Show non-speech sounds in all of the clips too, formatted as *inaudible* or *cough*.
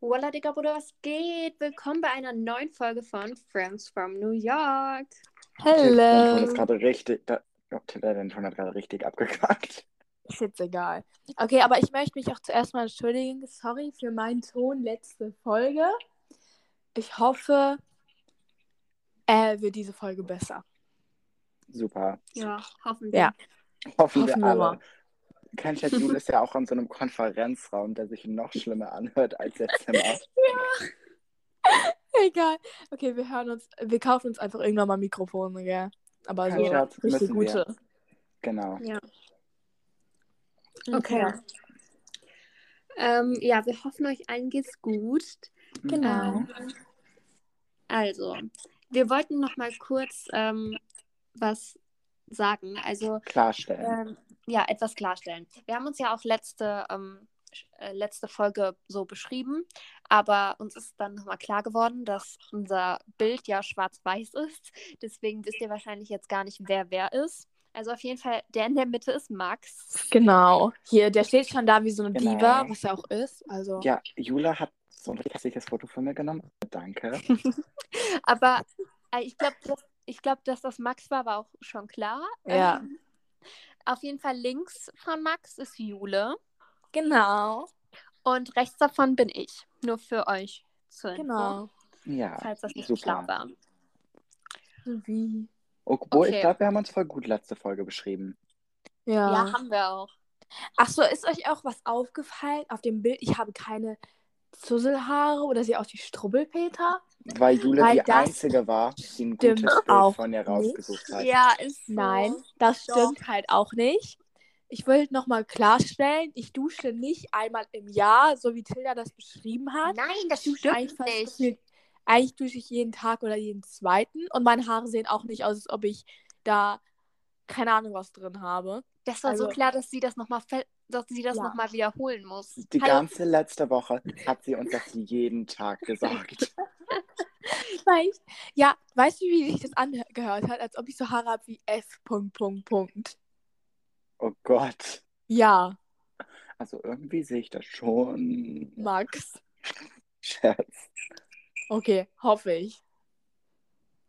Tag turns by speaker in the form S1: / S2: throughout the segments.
S1: Walla, Digga, Bruder, was geht? Willkommen bei einer neuen Folge von Friends from New York.
S2: Till, dein Ton
S3: Hello.
S2: ist gerade richtig. Da, oh, Till, dein Ton hat gerade richtig abgekackt. *laughs*
S3: Ist jetzt egal. Okay, aber ich möchte mich auch zuerst mal entschuldigen. Sorry für meinen Ton letzte Folge. Ich hoffe, äh, wird diese Folge besser. *laughs*
S2: Super.
S1: Ja, hoffentlich.
S3: Ja.
S2: Hoffen,
S3: Hoffen
S2: wir
S3: wir
S2: alle.
S3: mal.
S2: Kein
S3: *laughs*
S2: Chat, du bist ja auch in so einem Konferenzraum, der sich noch schlimmer anhört als letztes Mal.
S3: Egal. Okay, wir hören uns, wir kaufen uns einfach irgendwann mal Mikrofone, gell? Aber so
S2: Kein Scherz,
S3: richtig
S2: müssen wir.
S3: gute.
S2: Genau.
S1: Okay.
S3: Mhm.
S1: Ähm, ja, wir hoffen, euch allen geht's gut.
S3: Genau.
S2: Mhm.
S1: Also, wir wollten noch mal kurz ähm, was sagen. Also,
S2: Klarstellen.
S1: ähm, ja, etwas klarstellen. Wir haben uns ja auch letzte, ähm, sch- äh, letzte Folge so beschrieben, aber uns ist dann nochmal klar geworden, dass unser Bild ja schwarz-weiß ist. Deswegen wisst ihr wahrscheinlich jetzt gar nicht, wer wer ist. Also auf jeden Fall, der in der Mitte ist
S3: *laughs*
S1: Max.
S3: Genau. Hier, der steht schon da wie so eine
S2: Genau.
S3: Diva, was er auch ist. Also.
S2: Ja, Jula hat so ein klassisches Foto von mir genommen.
S3: *laughs*
S2: Danke.
S1: Aber äh, ich glaube, dass, ich glaub, dass das Max war, war auch schon klar.
S3: Ja.
S1: Ähm, *laughs* auf jeden Fall links von Max ist Jule
S3: Genau.
S1: und rechts davon bin ich. Nur für euch zur Info.
S3: Genau.
S2: Ja,
S1: falls das nicht klar
S2: super.
S1: war.
S3: Wie?
S2: Obwohl,
S1: Okay.
S2: Oh, ich glaube, wir haben uns voll gut letzte Folge beschrieben.
S3: Ja.
S1: Ja, haben wir auch.
S3: Ach so, ist euch auch was aufgefallen auf dem Bild? Ich habe keine Zusselhaare oder sie auch die Strubbelpeter?
S2: Weil Jule
S3: Weil
S2: die
S3: das
S2: Einzige war, die ein
S3: stimmt
S2: gutes Bild
S3: auch
S2: von ihr
S3: nicht.
S2: rausgesucht hat.
S1: ist
S3: Nein, das
S1: Doch.
S3: stimmt halt auch nicht. Ich will nochmal klarstellen, ich dusche nicht einmal im Jahr, so wie Tilda das beschrieben hat.
S1: Nein, das
S3: Ich dusche eigentlich, halt fast gefühlt- eigentlich dusche ich jeden Tag oder jeden zweiten und meine Haare sehen auch nicht aus, als ob ich da keine Ahnung was drin habe.
S1: Das war so
S3: Also-
S1: klar, dass sie das nochmal dass sie das
S3: Ja.
S1: noch mal wiederholen muss.
S2: Die
S1: Hallo,
S2: ganze letzte Woche hat sie uns das jeden Tag gesagt.
S3: Vielleicht. Ja, weißt du, wie sich das angehört hat, als ob ich so Haare habe wie F. Punkt, Punkt, Punkt.
S2: Oh Gott.
S3: Ja,
S2: Also irgendwie sehe ich das schon.
S3: Max.
S2: Scherz.
S3: Okay, hoffe ich.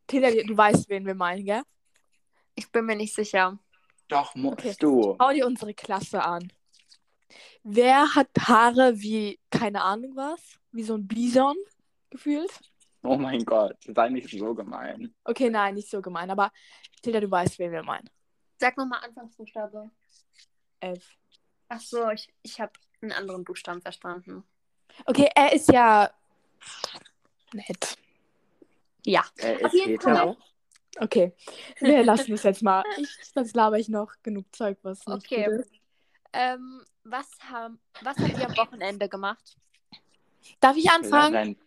S3: Tilda, du weißt, wen wir meinen, gell?
S1: ich bin mir nicht sicher.
S2: Doch musst
S3: Okay.
S2: du.
S3: Schau dir unsere Klasse an. Wer hat Haare wie, keine Ahnung was, wie so ein Bison gefühlt?
S2: Oh mein Gott, sei nicht so gemein.
S3: Okay, nein, nicht so gemein, aber Tilda, du weißt, wen wir meinen.
S1: Sag nochmal Anfangsbuchstabe.
S3: Elf.
S1: Ach so, ich, ich habe einen anderen Buchstaben verstanden.
S3: Okay, er ist ja nett.
S1: Ja.
S2: Er
S1: Auf
S2: ist
S1: jeden
S2: hetero.
S1: Fall.
S3: Okay, wir lassen es jetzt mal. Ich, sonst laber ich noch genug Zeug, was nicht
S1: Okay.
S3: gut ist.
S1: Ähm, was, haben, was habt ihr am Wochenende gemacht?
S3: Darf ich
S2: Tilda,
S3: anfangen?
S2: dein,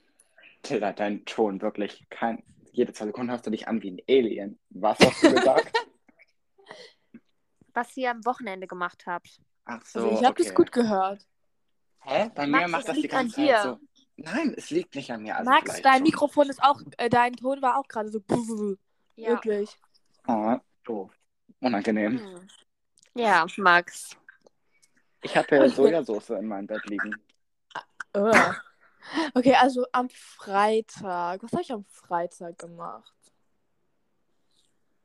S2: Tilda, dein Ton, wirklich. Kein, jede zwei Sekunden hörst du dich an wie ein Alien. Was hast du
S3: *laughs*
S2: gesagt?
S1: Was ihr am Wochenende gemacht habt?
S2: Ach so,
S3: Also, ich habe
S2: okay.
S3: das gut gehört.
S2: Hä? Bei
S1: Max,
S2: mir
S1: es
S2: macht das die
S1: liegt an
S2: ganze Zeit
S1: dir.
S2: so. Nein, es liegt nicht an mir. Also
S3: Max,
S2: vielleicht
S3: dein
S2: schon.
S3: Mikrofon ist auch, äh, dein Ton war auch gerade so. Wirklich.
S2: Oh, doof. Unangenehm.
S1: Hm. Ja, Max.
S2: Ich habe ja Sojasauce in meinem Bett liegen. Äh.
S3: Ugh. *laughs* Okay, also am Freitag. Was habe ich am Freitag gemacht?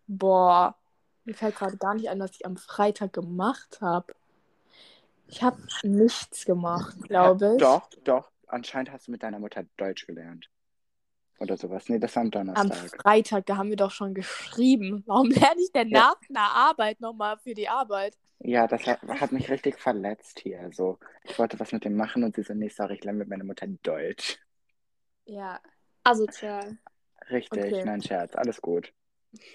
S3: Boah, mir fällt gerade gar nicht ein, was ich am Freitag gemacht habe. Ich habe nichts gemacht, glaube ich.
S2: Doch, doch. Anscheinend hast du mit deiner Mutter Deutsch gelernt. Oder sowas. Nee, das war am
S3: Am
S2: Donnerstag.
S3: Freitag, da haben wir doch schon geschrieben. Warum lerne ich denn
S2: Ja.
S3: nach einer Arbeit nochmal für die Arbeit?
S2: Ja, das hat, hat mich richtig verletzt hier. So, ich wollte was mit dem machen und sie so, nee, sorry, ich lerne mit meiner Mutter Deutsch.
S3: Ja.
S1: Asozial.
S2: Richtig,
S3: Okay.
S2: nein, Scherz, alles gut.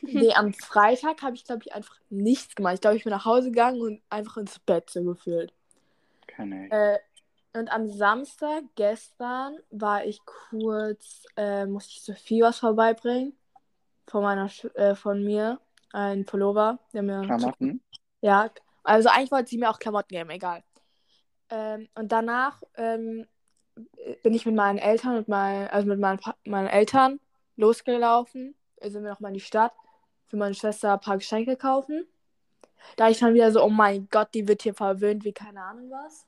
S3: Nee, am Freitag habe ich, glaube ich, einfach nichts gemacht. Ich glaube, ich bin nach Hause gegangen und einfach ins Bett so gefühlt.
S2: Kann ich.
S3: Äh, und am Samstag gestern war ich kurz, äh, musste ich Sophie was vorbeibringen. Von meiner Sch äh, von mir. Ein Pullover, der mir.
S2: Klamotten?
S3: Ja. Also eigentlich wollte sie mir auch Klamotten geben, egal. Ähm, und danach ähm, bin ich mit meinen Eltern und mein, also mit meinen, Pa- meinen Eltern losgelaufen. Äh, Sind wir nochmal in die Stadt für meine Schwester ein paar Geschenke kaufen. Da ich dann wieder so, oh mein Gott, die wird hier verwöhnt wie keine Ahnung was.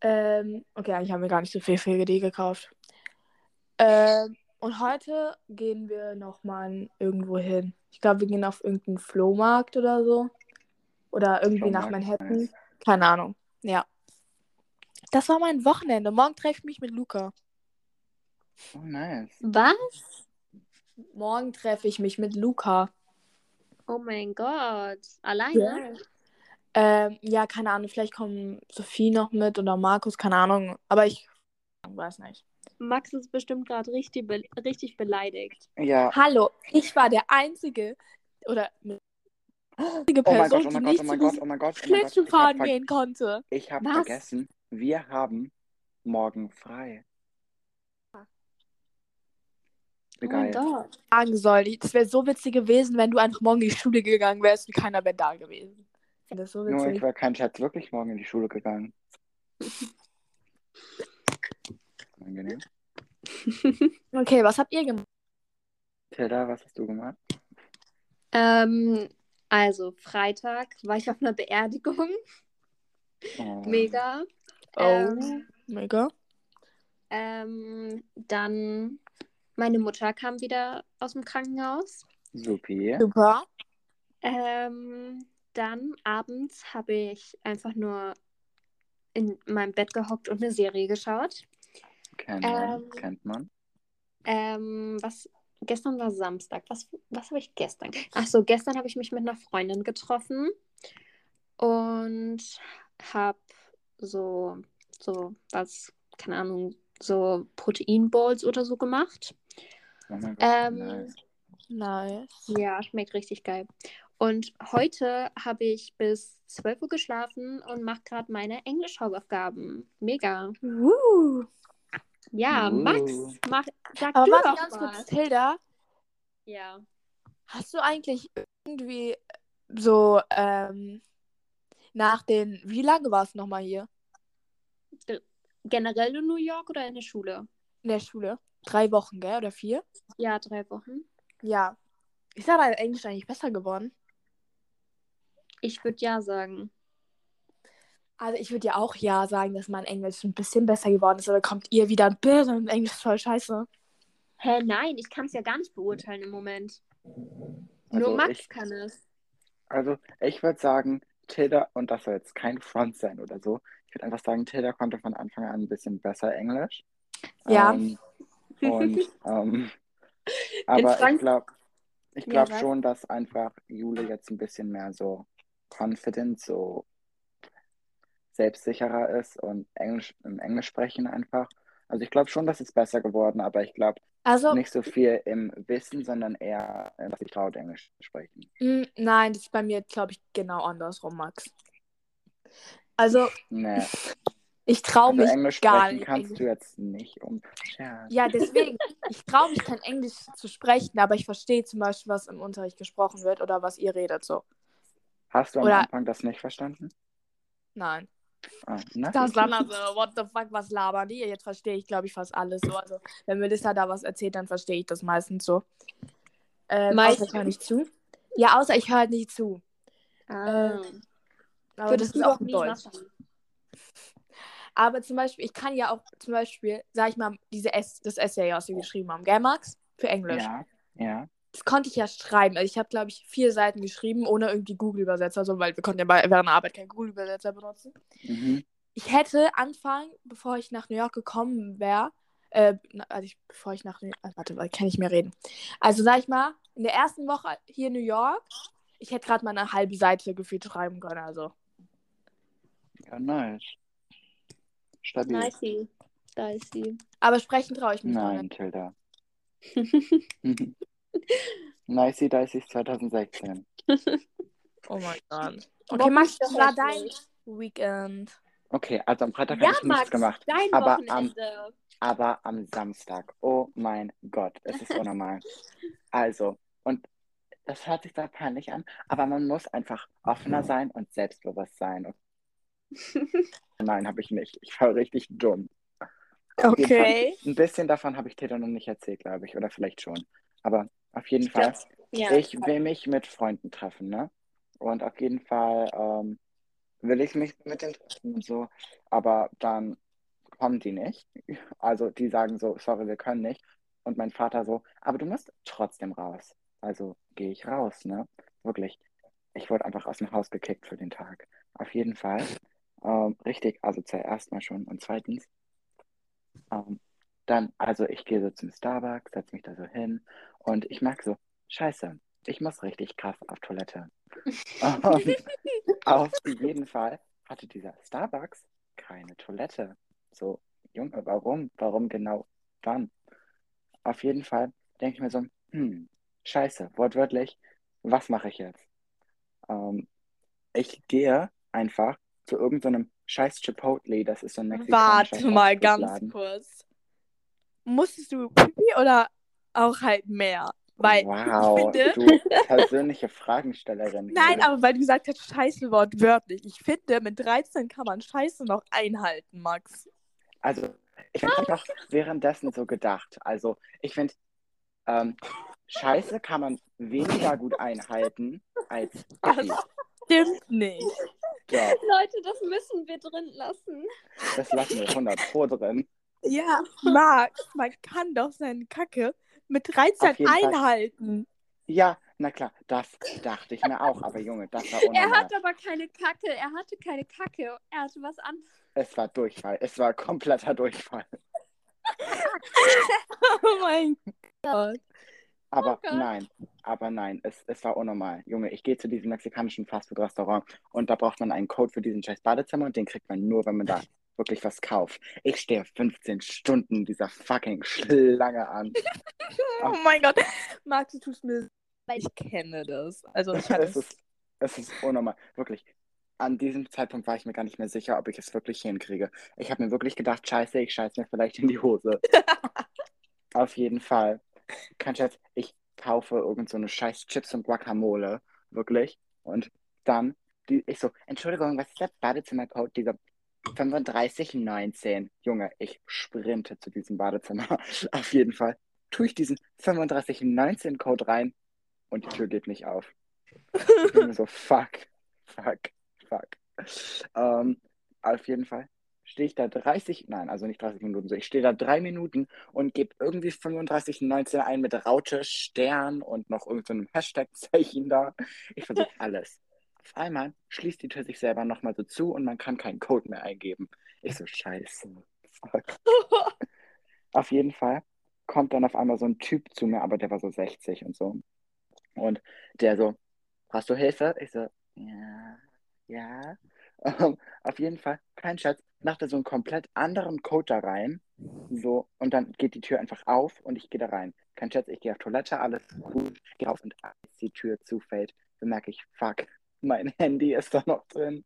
S3: Ähm, okay, eigentlich haben wir gar nicht so viel Fegedee gekauft. Ähm, und heute gehen wir nochmal irgendwo hin. Ich glaube, wir gehen auf irgendeinen Flohmarkt oder so. Oder irgendwie nach
S2: Flohmarkt,
S3: Manhattan.
S2: nice.
S3: Keine Ahnung. Ja. Das war mein Wochenende. Morgen treffe ich mich mit Luca.
S2: Oh, nice.
S1: Was?
S3: Morgen treffe ich mich mit Luca.
S1: Oh mein Gott. Alleine?
S3: Ähm, ja, keine Ahnung. Vielleicht kommen Sophie noch mit oder Markus, keine Ahnung. Aber ich weiß nicht.
S1: Max ist bestimmt gerade richtig, be richtig beleidigt.
S2: Ja.
S3: Hallo, ich war der einzige oder die einzige
S2: Oh mein
S3: Person,
S2: Gott, oh
S3: die
S2: mein Gott,
S3: nicht
S2: oh
S3: zu
S2: mein Gott,
S3: diesem
S2: oh mein Gott, oh mein Gott. Ich hab,
S3: Schlittschuhfahren
S2: ver
S3: gehen konnte.
S2: ich hab
S1: Was?
S2: vergessen, wir haben morgen frei. Wie
S1: Oh mein
S2: geil.
S1: Gott.
S3: Sagen soll, ich- das wäre so witzig gewesen, wenn du einfach morgen in die Schule gegangen wärst und keiner wäre da gewesen. Das ist so
S2: Nur ich
S3: witzig.
S2: war kein Scherz wirklich morgen in die Schule gegangen.
S1: *laughs*
S2: Angenehm.
S3: Okay, was habt ihr gemacht?
S2: Tilda, was hast du gemacht?
S1: Ähm, also, Freitag war ich auf einer Beerdigung.
S2: Oh.
S1: Mega.
S3: Oh.
S1: Ähm,
S3: Mega.
S1: ähm, dann, meine Mutter kam wieder aus dem Krankenhaus.
S2: Supi.
S3: Super.
S1: Ähm, dann abends habe ich einfach nur in meinem Bett gehockt und eine Serie geschaut.
S2: Kennt man.
S1: Ähm.
S2: Kennt man.
S1: Ähm, was, gestern war Samstag. Was, was habe ich gestern? Ach so, gestern habe ich mich mit einer Freundin getroffen und habe so, so was, keine Ahnung, so Proteinbowls oder so gemacht.
S2: Oh mein Gott,
S1: Ähm.
S2: nice.
S3: Nice.
S1: Ja, schmeckt richtig geil. Und heute habe ich bis 12 Uhr geschlafen und mache gerade meine Englischhausaufgaben. Mega.
S3: Woo.
S1: Ja,
S2: Uh.
S1: Max, mach, sag
S3: Aber
S1: du
S3: warte
S1: doch
S3: ganz
S1: mal.
S3: kurz, Hilda.
S1: Ja.
S3: Hast du eigentlich irgendwie so ähm, nach den, wie lange warst du nochmal hier
S1: Generell in New York oder in der Schule?
S3: in der Schule? Drei Wochen, gell? Oder vier?
S1: Ja, drei Wochen.
S3: Ja. Ist da dein Englisch eigentlich besser geworden?
S1: Ich würde ja sagen.
S3: Also ich würde ja auch ja sagen, dass mein Englisch ein bisschen besser geworden ist, aber kommt ihr wieder ein bisschen Englisch ist voll scheiße.
S1: Hä, nein, ich kann es ja gar nicht beurteilen im Moment. Nur
S2: Also
S1: Max
S2: ich-
S1: kann es.
S2: Also, ich würde sagen, Tilda, und das soll jetzt kein Front sein oder so, ich würde einfach sagen, Tilda konnte von Anfang an ein bisschen besser Englisch.
S3: Ja.
S2: Ähm,
S3: *laughs*
S2: und, ähm, aber ich
S1: Frank-
S2: glaube ich
S1: Ja,
S2: glaub
S1: sag.
S2: schon, dass einfach Jule jetzt ein bisschen mehr so confident, so selbstsicherer ist und Englisch, im Englisch sprechen einfach. Also, ich glaube schon, dass es besser geworden, aber ich glaube
S3: Also,
S2: nicht so viel im Wissen, sondern eher, äh, dass sie traut, Englisch zu sprechen.
S3: mh, mm, nein, das ist bei mir, glaube ich, genau andersrum, Max. Also,
S2: Nee.
S3: ich traue
S2: Also
S3: mich
S2: Englisch
S3: gar
S2: sprechen
S3: nicht.
S2: kannst du jetzt nicht. Um ja.
S3: Ja, deswegen. Ich traue mich kein Englisch zu sprechen, aber ich verstehe zum Beispiel, was im Unterricht gesprochen wird oder was ihr redet so.
S2: Hast du am
S3: Oder-
S2: Anfang das nicht verstanden?
S3: Nein.
S2: Ah, na,
S3: Das
S2: gut.
S3: war dann so, what the fuck, was labern die? Jetzt verstehe ich, glaube ich, fast alles so. Also, wenn Melissa da was erzählt, dann verstehe ich das meistens so. Ähm,
S1: Meist-
S3: außer ich höre nicht zu. Ja, außer ich höre halt nicht zu.
S1: *laughs* Ah.
S3: Aber
S1: Würdest
S3: das
S1: du
S3: ist auch
S1: doch
S3: in
S1: nie
S3: Deutsch.
S1: machen.
S3: Aber zum Beispiel, ich kann ja auch zum Beispiel, sag ich mal, diese Ess das Essay, was wir geschrieben haben, gell, Max? Für Englisch.
S2: Ja, ja.
S3: Das konnte ich ja schreiben. Also ich habe, glaube ich, vier Seiten geschrieben, ohne irgendwie Google-Übersetzer, so, weil wir konnten ja bei während der Arbeit keinen Google-Übersetzer benutzen.
S2: Mhm.
S3: Ich hätte Anfang, bevor ich nach New York gekommen wäre, äh, na- also ich, bevor ich nach New York, warte, warte, kann ich mehr reden. Also sag ich mal, in der ersten Woche hier in New York, ich hätte gerade mal eine halbe Seite gefühlt schreiben können, also.
S2: Ja, nice. Stabil.
S1: Nicey. Da ist
S2: *laughs*
S1: sie.
S3: Aber sprechen traue ich mich noch
S2: Nein,
S3: nicht.
S2: Tilda. *laughs* Nicey Dicey 2016.
S3: Oh mein Gott.
S1: Bob
S3: Okay, Max,
S1: ist doch
S3: das war
S1: heute
S3: dein
S1: nicht.
S3: Weekend.
S2: Okay, also am Freitag
S1: Ja,
S2: habe ich
S1: Max,
S2: nichts gemacht.
S1: dein
S2: aber am-
S1: Wochenende. *laughs*
S2: Aber am Samstag. Oh mein Gott, es
S1: *laughs*
S2: ist unnormal. Also, und das hört sich zwar peinlich an, aber man muss einfach offener sein und selbstbewusst sein. Und Nein, habe ich nicht. Ich war richtig dumm. Auf jeden
S3: Okay.
S2: Fall, Ein bisschen davon habe ich Tilda noch nicht erzählt, glaube ich. Oder vielleicht schon. Aber auf jeden Fall,
S1: glaub's. Ja.
S2: ich will mich mit Freunden treffen, ne? Und auf jeden Fall ähm, will ich mich mit denen treffen und so. Aber dann kommen die nicht. *laughs* Also die sagen so, sorry, wir können nicht. Und mein Vater so, aber du musst trotzdem raus. Also gehe ich raus, ne? Wirklich. Ich wurde einfach aus dem Haus gekickt für den Tag. Auf jeden Fall. Ähm, richtig, also zuerst mal schon. Und zweitens, ähm, dann, also ich gehe so zum Starbucks, setze mich da so hin und ich merke so, scheiße, ich muss richtig krass auf
S3: *laughs*
S2: Toilette. Ähm, auf jeden Fall hatte dieser Starbucks keine Toilette. So, Junge, warum? Warum genau dann? Auf jeden Fall denke ich mir so, hm, scheiße, wortwörtlich, was mache ich jetzt? Ähm, ich gehe einfach zu irgendeinem scheiß Chipotle, das ist so ein mexikanischer
S3: Warte mal ganz
S2: Fastfood-Laden.
S3: kurz. Musstest du Pipi oder auch halt mehr? Weil
S2: wow,
S3: ich finde- *laughs*
S2: du persönliche Fragenstellerin.
S3: Nein,
S2: hier.
S3: aber weil du gesagt hast, scheiße wortwörtlich. Ich finde, mit 13 kann man Scheiße noch einhalten, Max.
S2: Also, ich habe noch währenddessen so gedacht. Also, ich finde, ähm, Scheiße kann man weniger gut einhalten als Pipi.
S3: Stimmt nicht.
S2: Doch,
S1: Leute, das müssen wir drin lassen.
S2: das lassen wir 100 Pro drin.
S3: Ja, Max, man kann doch seine Kacke mit 13
S2: Auf jeden Fall.
S3: einhalten. *laughs*
S2: Ja, na klar, das dachte ich mir auch. Aber Junge, das war
S1: Er
S2: unnormal.
S1: hat aber keine Kacke. Er hatte keine Kacke. Er hatte was anderes.
S2: Es war Durchfall. Es war kompletter Durchfall.
S3: Oh mein Gott.
S2: Aber
S1: Gott.
S2: nein, aber nein, es, es war unnormal. Junge, ich gehe zu diesem mexikanischen Fastfood-Restaurant und da braucht man einen Code für diesen scheiß Badezimmer und den kriegt man nur, wenn man da wirklich was kauft. Ich stehe 15 Stunden in dieser fucking Schlange an.
S3: Oh mein Gott. Max, du tust mir. Weil ich kenne das. Also, ich hatte
S2: Es ist, es ist unnormal. Wirklich. An diesem Zeitpunkt war ich mir gar nicht mehr sicher, ob ich es wirklich hinkriege. Ich habe mir wirklich gedacht, scheiße, ich scheiß mir vielleicht in die
S3: *laughs*
S2: Hose. Auf jeden Fall. Kein Scherz, ich kaufe irgend so eine scheiß Chips und Guacamole. Wirklich. Und dann, die, ich so, Entschuldigung, was ist der Badezimmercode? Dieser 3519. Junge, ich sprinte zu diesem Badezimmer. *laughs* Auf jeden Fall tue ich diesen 3519-Code rein und die Tür geht nicht auf. Ich bin so, fuck, fuck, fuck. Ähm, auf jeden Fall stehe ich da 30, nein, also nicht 30 Minuten, so ich stehe da drei Minuten und gebe irgendwie 35, 19 ein mit Raute, Stern und noch irgendeinem Hashtag-Zeichen da. Ich versuche alles. Auf einmal schließt die Tür sich selber nochmal so zu und man kann keinen Code mehr eingeben. Ich so, scheiße, fuck. Auf jeden Fall kommt dann auf einmal so ein Typ zu mir, aber der war so 60 und so. Und der so, brauchst du Hilfe? Ich so, ja, ja. Ähm, auf jeden Fall, kein Scherz, macht er so einen komplett anderen Code da rein. So, und dann geht die Tür einfach auf und ich gehe da rein. Kein Scherz, ich gehe auf Toilette, alles cool, gehe raus und als die Tür zufällt, bemerke ich, fuck, mein *laughs* Handy ist da noch drin.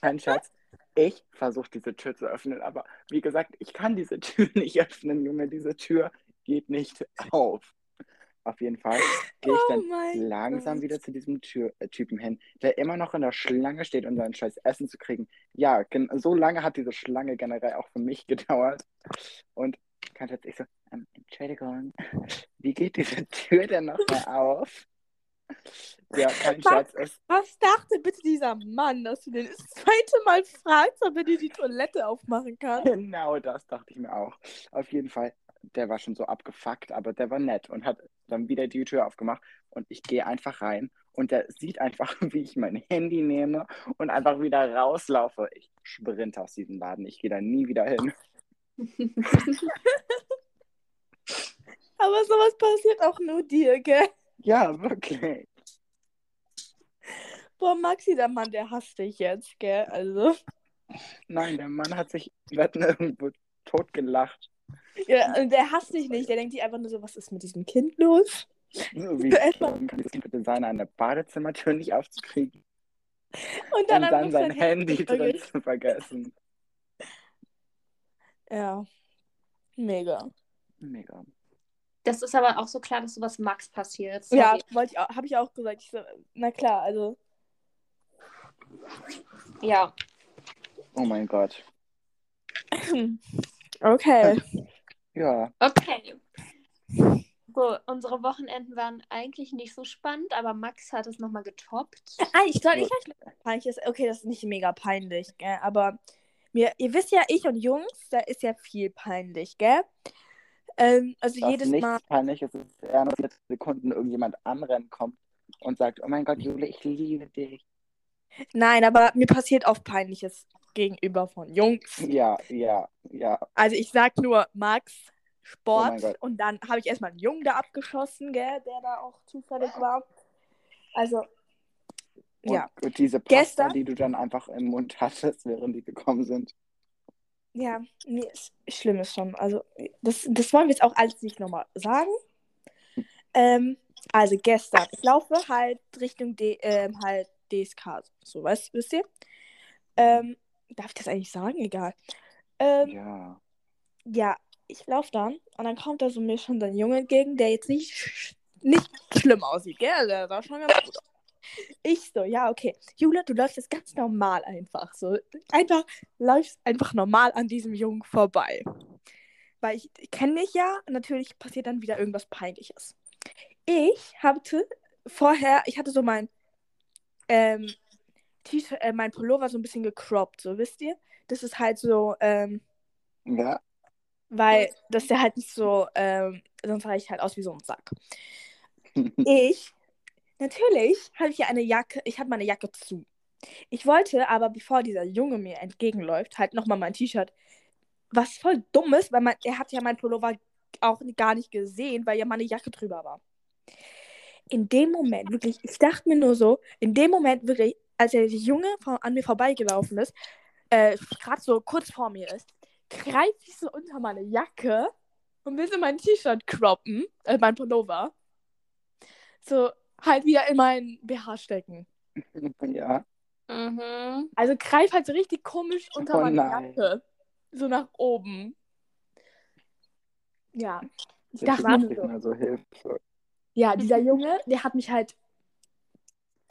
S2: kein Scherz, ich versuche diese Tür zu öffnen, aber wie gesagt, ich kann diese Tür *laughs* nicht öffnen, Junge, diese Tür geht nicht auf. Auf jeden Fall gehe ich dann
S3: oh mein
S2: langsam
S3: Gott.
S2: wieder zu diesem Tür äh, Typen hin, der immer noch in der Schlange steht, um sein scheiß Essen zu kriegen. Ja, gen- so lange hat diese Schlange generell auch für mich *laughs* gedauert. Und kann jetzt ich so, ähm, Entschuldigung, *laughs* wie geht diese Tür denn nochmal auf? Ja, kein Scherz. Es,
S3: Was dachte bitte dieser Mann, dass du den *laughs* das zweite Mal fragst, ob er dir die Toilette aufmachen kann?
S2: *laughs* genau das dachte ich mir auch. Auf jeden Fall, der war schon so abgefuckt, aber der war nett und hat dann wieder die Tür aufgemacht und ich gehe einfach rein und der sieht einfach, *laughs* wie ich mein Handy nehme und einfach wieder rauslaufe. Ich sprinte aus diesem Laden, ich gehe da nie wieder hin. *laughs*
S3: Aber sowas passiert auch nur dir, gell?
S2: Ja, wirklich.
S3: Boah, Maxi, der Mann, der hasst dich jetzt, gell? Also,
S2: Nein, der Mann hat sich wetten irgendwo totgelacht.
S3: ja, also der hasst dich nicht. Der denkt sich einfach nur so, was ist mit diesem Kind los?
S2: So Wie
S3: Der ist
S2: dumm kann das bitte sein, eine Badezimmertür nicht aufzukriegen
S3: Und dann,
S2: und dann
S3: einfach
S2: sein Handy drin
S3: zurück.
S2: zu vergessen.
S3: Ja. Mega.
S2: Mega.
S1: Das ist aber auch so klar, dass sowas Max passiert. Sorry.
S3: Ja, wollte ich auch, habe ich auch gesagt. Ich so, na klar, also.
S1: Ja.
S2: Oh mein Gott.
S3: Okay.
S2: Ja,
S1: Okay. So, unsere Wochenenden waren eigentlich nicht so spannend, aber Max hat es nochmal getoppt.
S3: Ah, ich glaube, ich habe peinlich. Okay, das ist nicht mega peinlich, gell? Aber mir, ihr wisst ja, ich und Jungs, da ist ja viel peinlich, gell? Ähm, also
S2: Das
S3: jedes
S2: ist nichts
S3: Mal.
S2: peinlich. Es ist eher nur vier Sekunden irgendjemand anrennen kommt und sagt, oh mein Gott, Jule, ich liebe dich.
S3: Nein, aber mir passiert oft Peinliches gegenüber von Jungs.
S2: Ja, ja, ja.
S3: Also ich sag nur Max,
S2: Oh mein
S3: Sport
S2: Gott.
S3: und dann habe ich erstmal einen Jungen da abgeschossen, gell, der da auch zufällig war. Also,
S2: Und,
S3: ja,
S2: und diese Pasta,
S3: Gestern-
S2: die du dann einfach im Mund hattest, während die gekommen sind.
S3: ja, mir ist schlimm ist schon. Also, das, das wollen wir jetzt auch alles nicht nochmal sagen. Ähm, also gestern, ich laufe halt Richtung D, ähm, halt DSK, so weißt wisst ihr? Ähm, darf ich das eigentlich sagen? Egal. Ähm,
S2: Ja.
S3: ja, ich laufe dann und dann kommt da so mir schon so ein Junge entgegen, der jetzt nicht, sch- nicht schlimm aussieht, gell? Also, Der sah schon ganz gut aus. Ich so, ja, okay. Jule, du läufst jetzt ganz normal einfach. So, einfach läufst einfach normal an diesem Jungen vorbei. Weil ich, ich kenne dich ja, und natürlich passiert dann wieder irgendwas Peinliches. Ich hatte vorher, ich hatte so mein ähm, T-Shirt, äh, mein Pullover so ein bisschen gecroppt, so wisst ihr? Das ist halt so, ähm,
S2: Ja.
S3: weil das ist ja halt nicht so, ähm, sonst sah ich halt aus wie so ein Sack. Ich, natürlich, habe ich ja eine Jacke, ich hatte meine Jacke zu. Ich wollte aber, bevor dieser Junge mir entgegenläuft, halt nochmal mein T-Shirt, was voll dumm ist, weil man, er hat ja mein Pullover auch gar nicht gesehen, weil ja meine Jacke drüber war. In dem Moment, wirklich, ich dachte mir nur so, in dem Moment, wirklich, als der Junge vor- an mir vorbeigelaufen ist, äh, gerade so kurz vor mir ist, greife ich so unter meine Jacke und will so mein T-Shirt croppen, äh, mein Pullover. So halt wieder in meinen BH stecken.
S2: ja.
S1: Mhm.
S3: Also greif halt so richtig komisch unter
S2: Oh
S3: meine
S2: nein.
S3: Jacke. So nach oben. Ja. Ich
S2: Das
S3: dachte mir
S2: ist nicht
S3: so.
S2: mehr so hilflos.
S3: Ja, dieser Junge, der hat mich halt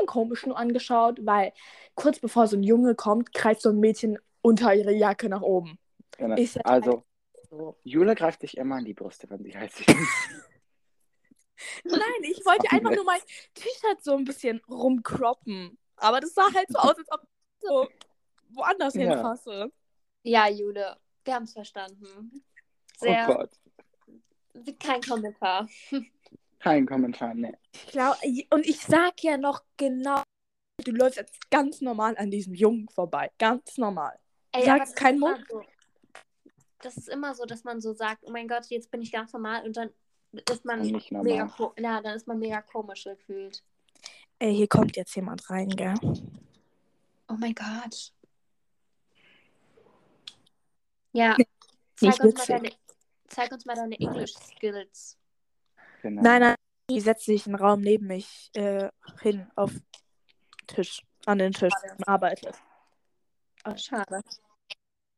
S3: komisch nur angeschaut, weil kurz bevor so ein Junge kommt, greift so ein Mädchen unter ihre Jacke nach oben.
S2: Genau.
S3: Ist ja
S2: Also,
S3: so.
S2: Jule greift sich immer an die Brüste, wenn sie heiß ist.
S3: Nein, ich wollte einfach nur mein T-Shirt so ein bisschen rumkroppen. Aber das sah halt so aus, als ob ich so woanders
S2: Ja.
S3: hinfasse.
S1: Ja, Jule, wir haben es verstanden.
S2: oh
S1: Sehr,
S2: Gott.
S1: kein Kommentar.
S2: Kein Kommentar, ne.
S3: Ich glaub, und ich sag ja noch genau, du läufst jetzt ganz normal an diesem Jungen vorbei. Ganz normal. Sag's
S1: aber das ist
S3: kein
S1: immer
S3: Mund.
S1: So, das ist immer so, dass man so sagt, oh mein Gott, jetzt bin ich ganz normal und dann ist man
S2: Nicht
S1: mega
S2: normal.
S1: ko- ja, dann ist man mega komisch gefühlt.
S3: Ey, hier kommt jetzt jemand rein, gell?
S1: Oh mein Gott. Ja. Zeig
S3: Nicht
S1: uns
S3: witzig.
S1: mal deine, zeig uns mal deine English Skills.
S2: Genau.
S3: Nein, nein, die setzt sich in den Raum neben mich äh, hin auf den Tisch, an den Tisch und arbeitet.
S1: Schade.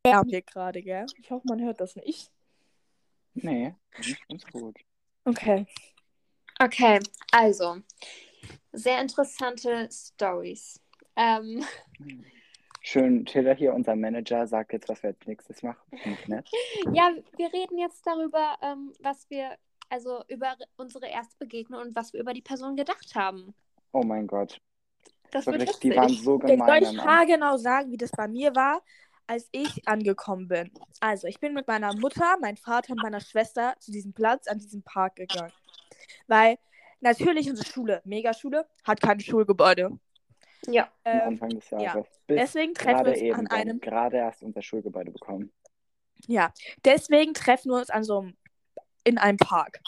S3: Wir haben hier gerade, gell? Ich hoffe, man hört das nicht.
S2: Nee, nicht ganz gut.
S3: Okay.
S1: Okay, also sehr interessante Stories. Ähm, *laughs*
S2: Schön, Taylor hier, unser Manager, sagt jetzt, was wir als nächstes machen. Nicht nett.
S1: ja, wir reden jetzt darüber, ähm, was wir also über unsere erste Begegnung und was wir über die Person gedacht haben.
S2: Oh mein Gott.
S1: Das wird
S2: Wirklich,
S1: lustig.
S2: die waren so
S3: Okay, soll
S2: gemein.
S3: ich
S2: am Anfang.
S3: haargenau sagen, wie das bei mir war, als ich angekommen bin? Also, ich bin mit meiner Mutter, meinem Vater und meiner Schwester zu diesem Platz, an diesem Park gegangen. Weil natürlich unsere Schule, Megaschule, hat kein Schulgebäude.
S1: Ja.
S2: Am
S3: Ähm,
S2: Anfang des
S3: ja.
S2: Jahres. Bis
S3: deswegen treffen wir
S2: gerade
S3: uns
S2: eben.
S3: an
S2: Wir haben
S3: einem.
S2: gerade erst unser Schulgebäude bekommen.
S3: Ja, deswegen treffen wir uns an so einem, in einem Park.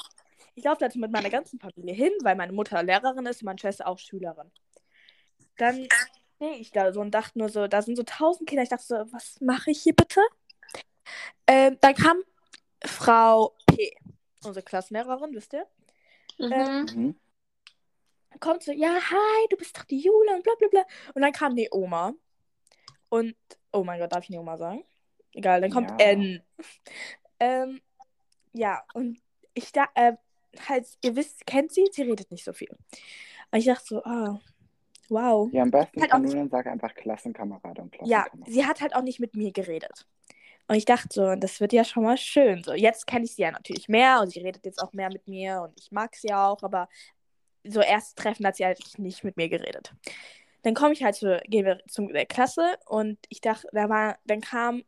S3: Ich laufe dazu mit meiner ganzen Familie hin, weil meine Mutter Lehrerin ist und meine Schwester auch Schülerin. Dann sehe ich da so und dachte nur so, da sind so tausend Kinder. Ich dachte so, was mache ich hier bitte? Ähm, dann kam Frau P., unsere Klassenlehrerin, wisst ihr?
S1: Mhm.
S2: Mhm.
S3: kommt so, ja, hi, du bist doch die Jule und bla bla bla. Und dann kam die Oma. Und, oh mein Gott, darf ich die Oma sagen? Egal, dann kommt
S2: Ja.
S3: N. Ähm, ja, und ich da, äh, halt, ihr wisst, kennt sie, sie redet nicht so viel. Und ich dachte so, ah, wow.
S2: Ja, am besten
S3: Halt
S2: von
S3: auch-
S2: nun an sag einfach Klassenkamerade und
S3: Ja,
S2: Klassenkamerad.
S3: sie hat halt auch nicht mit mir geredet. Und ich dachte so, das wird ja schon mal schön. So, jetzt kenne ich sie ja natürlich mehr und sie redet jetzt auch mehr mit halt mir und ich mag sie auch, aber so erst treffen hat sie eigentlich nicht mit mir geredet. Dann komme ich halt zur, gehen wir zum, der Klasse und ich dachte, da war, dann kam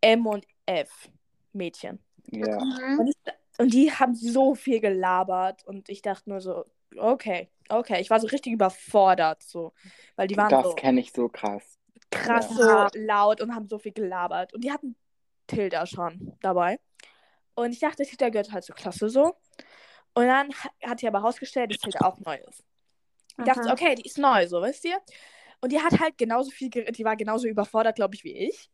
S3: M und F Mädchen.
S2: Ja.
S1: Mhm.
S3: Und die haben so viel gelabert und ich dachte nur so, okay, okay. Ich war so richtig überfordert, so. Weil die waren
S2: Das
S3: so
S2: kenne ich so krass.
S3: krass
S1: Ja.
S3: so laut und haben so viel gelabert. Und die hatten Tilda schon dabei. Und ich dachte, Tilda gehört halt zur Klasse so. Und dann ha- hat sie aber herausgestellt, dass Tilda auch neu ist. Ich dachte,
S1: Aha.
S3: okay, die ist neu, so, wisst ihr? Und die hat halt genauso viel, ge- die war genauso überfordert, glaube ich, wie ich.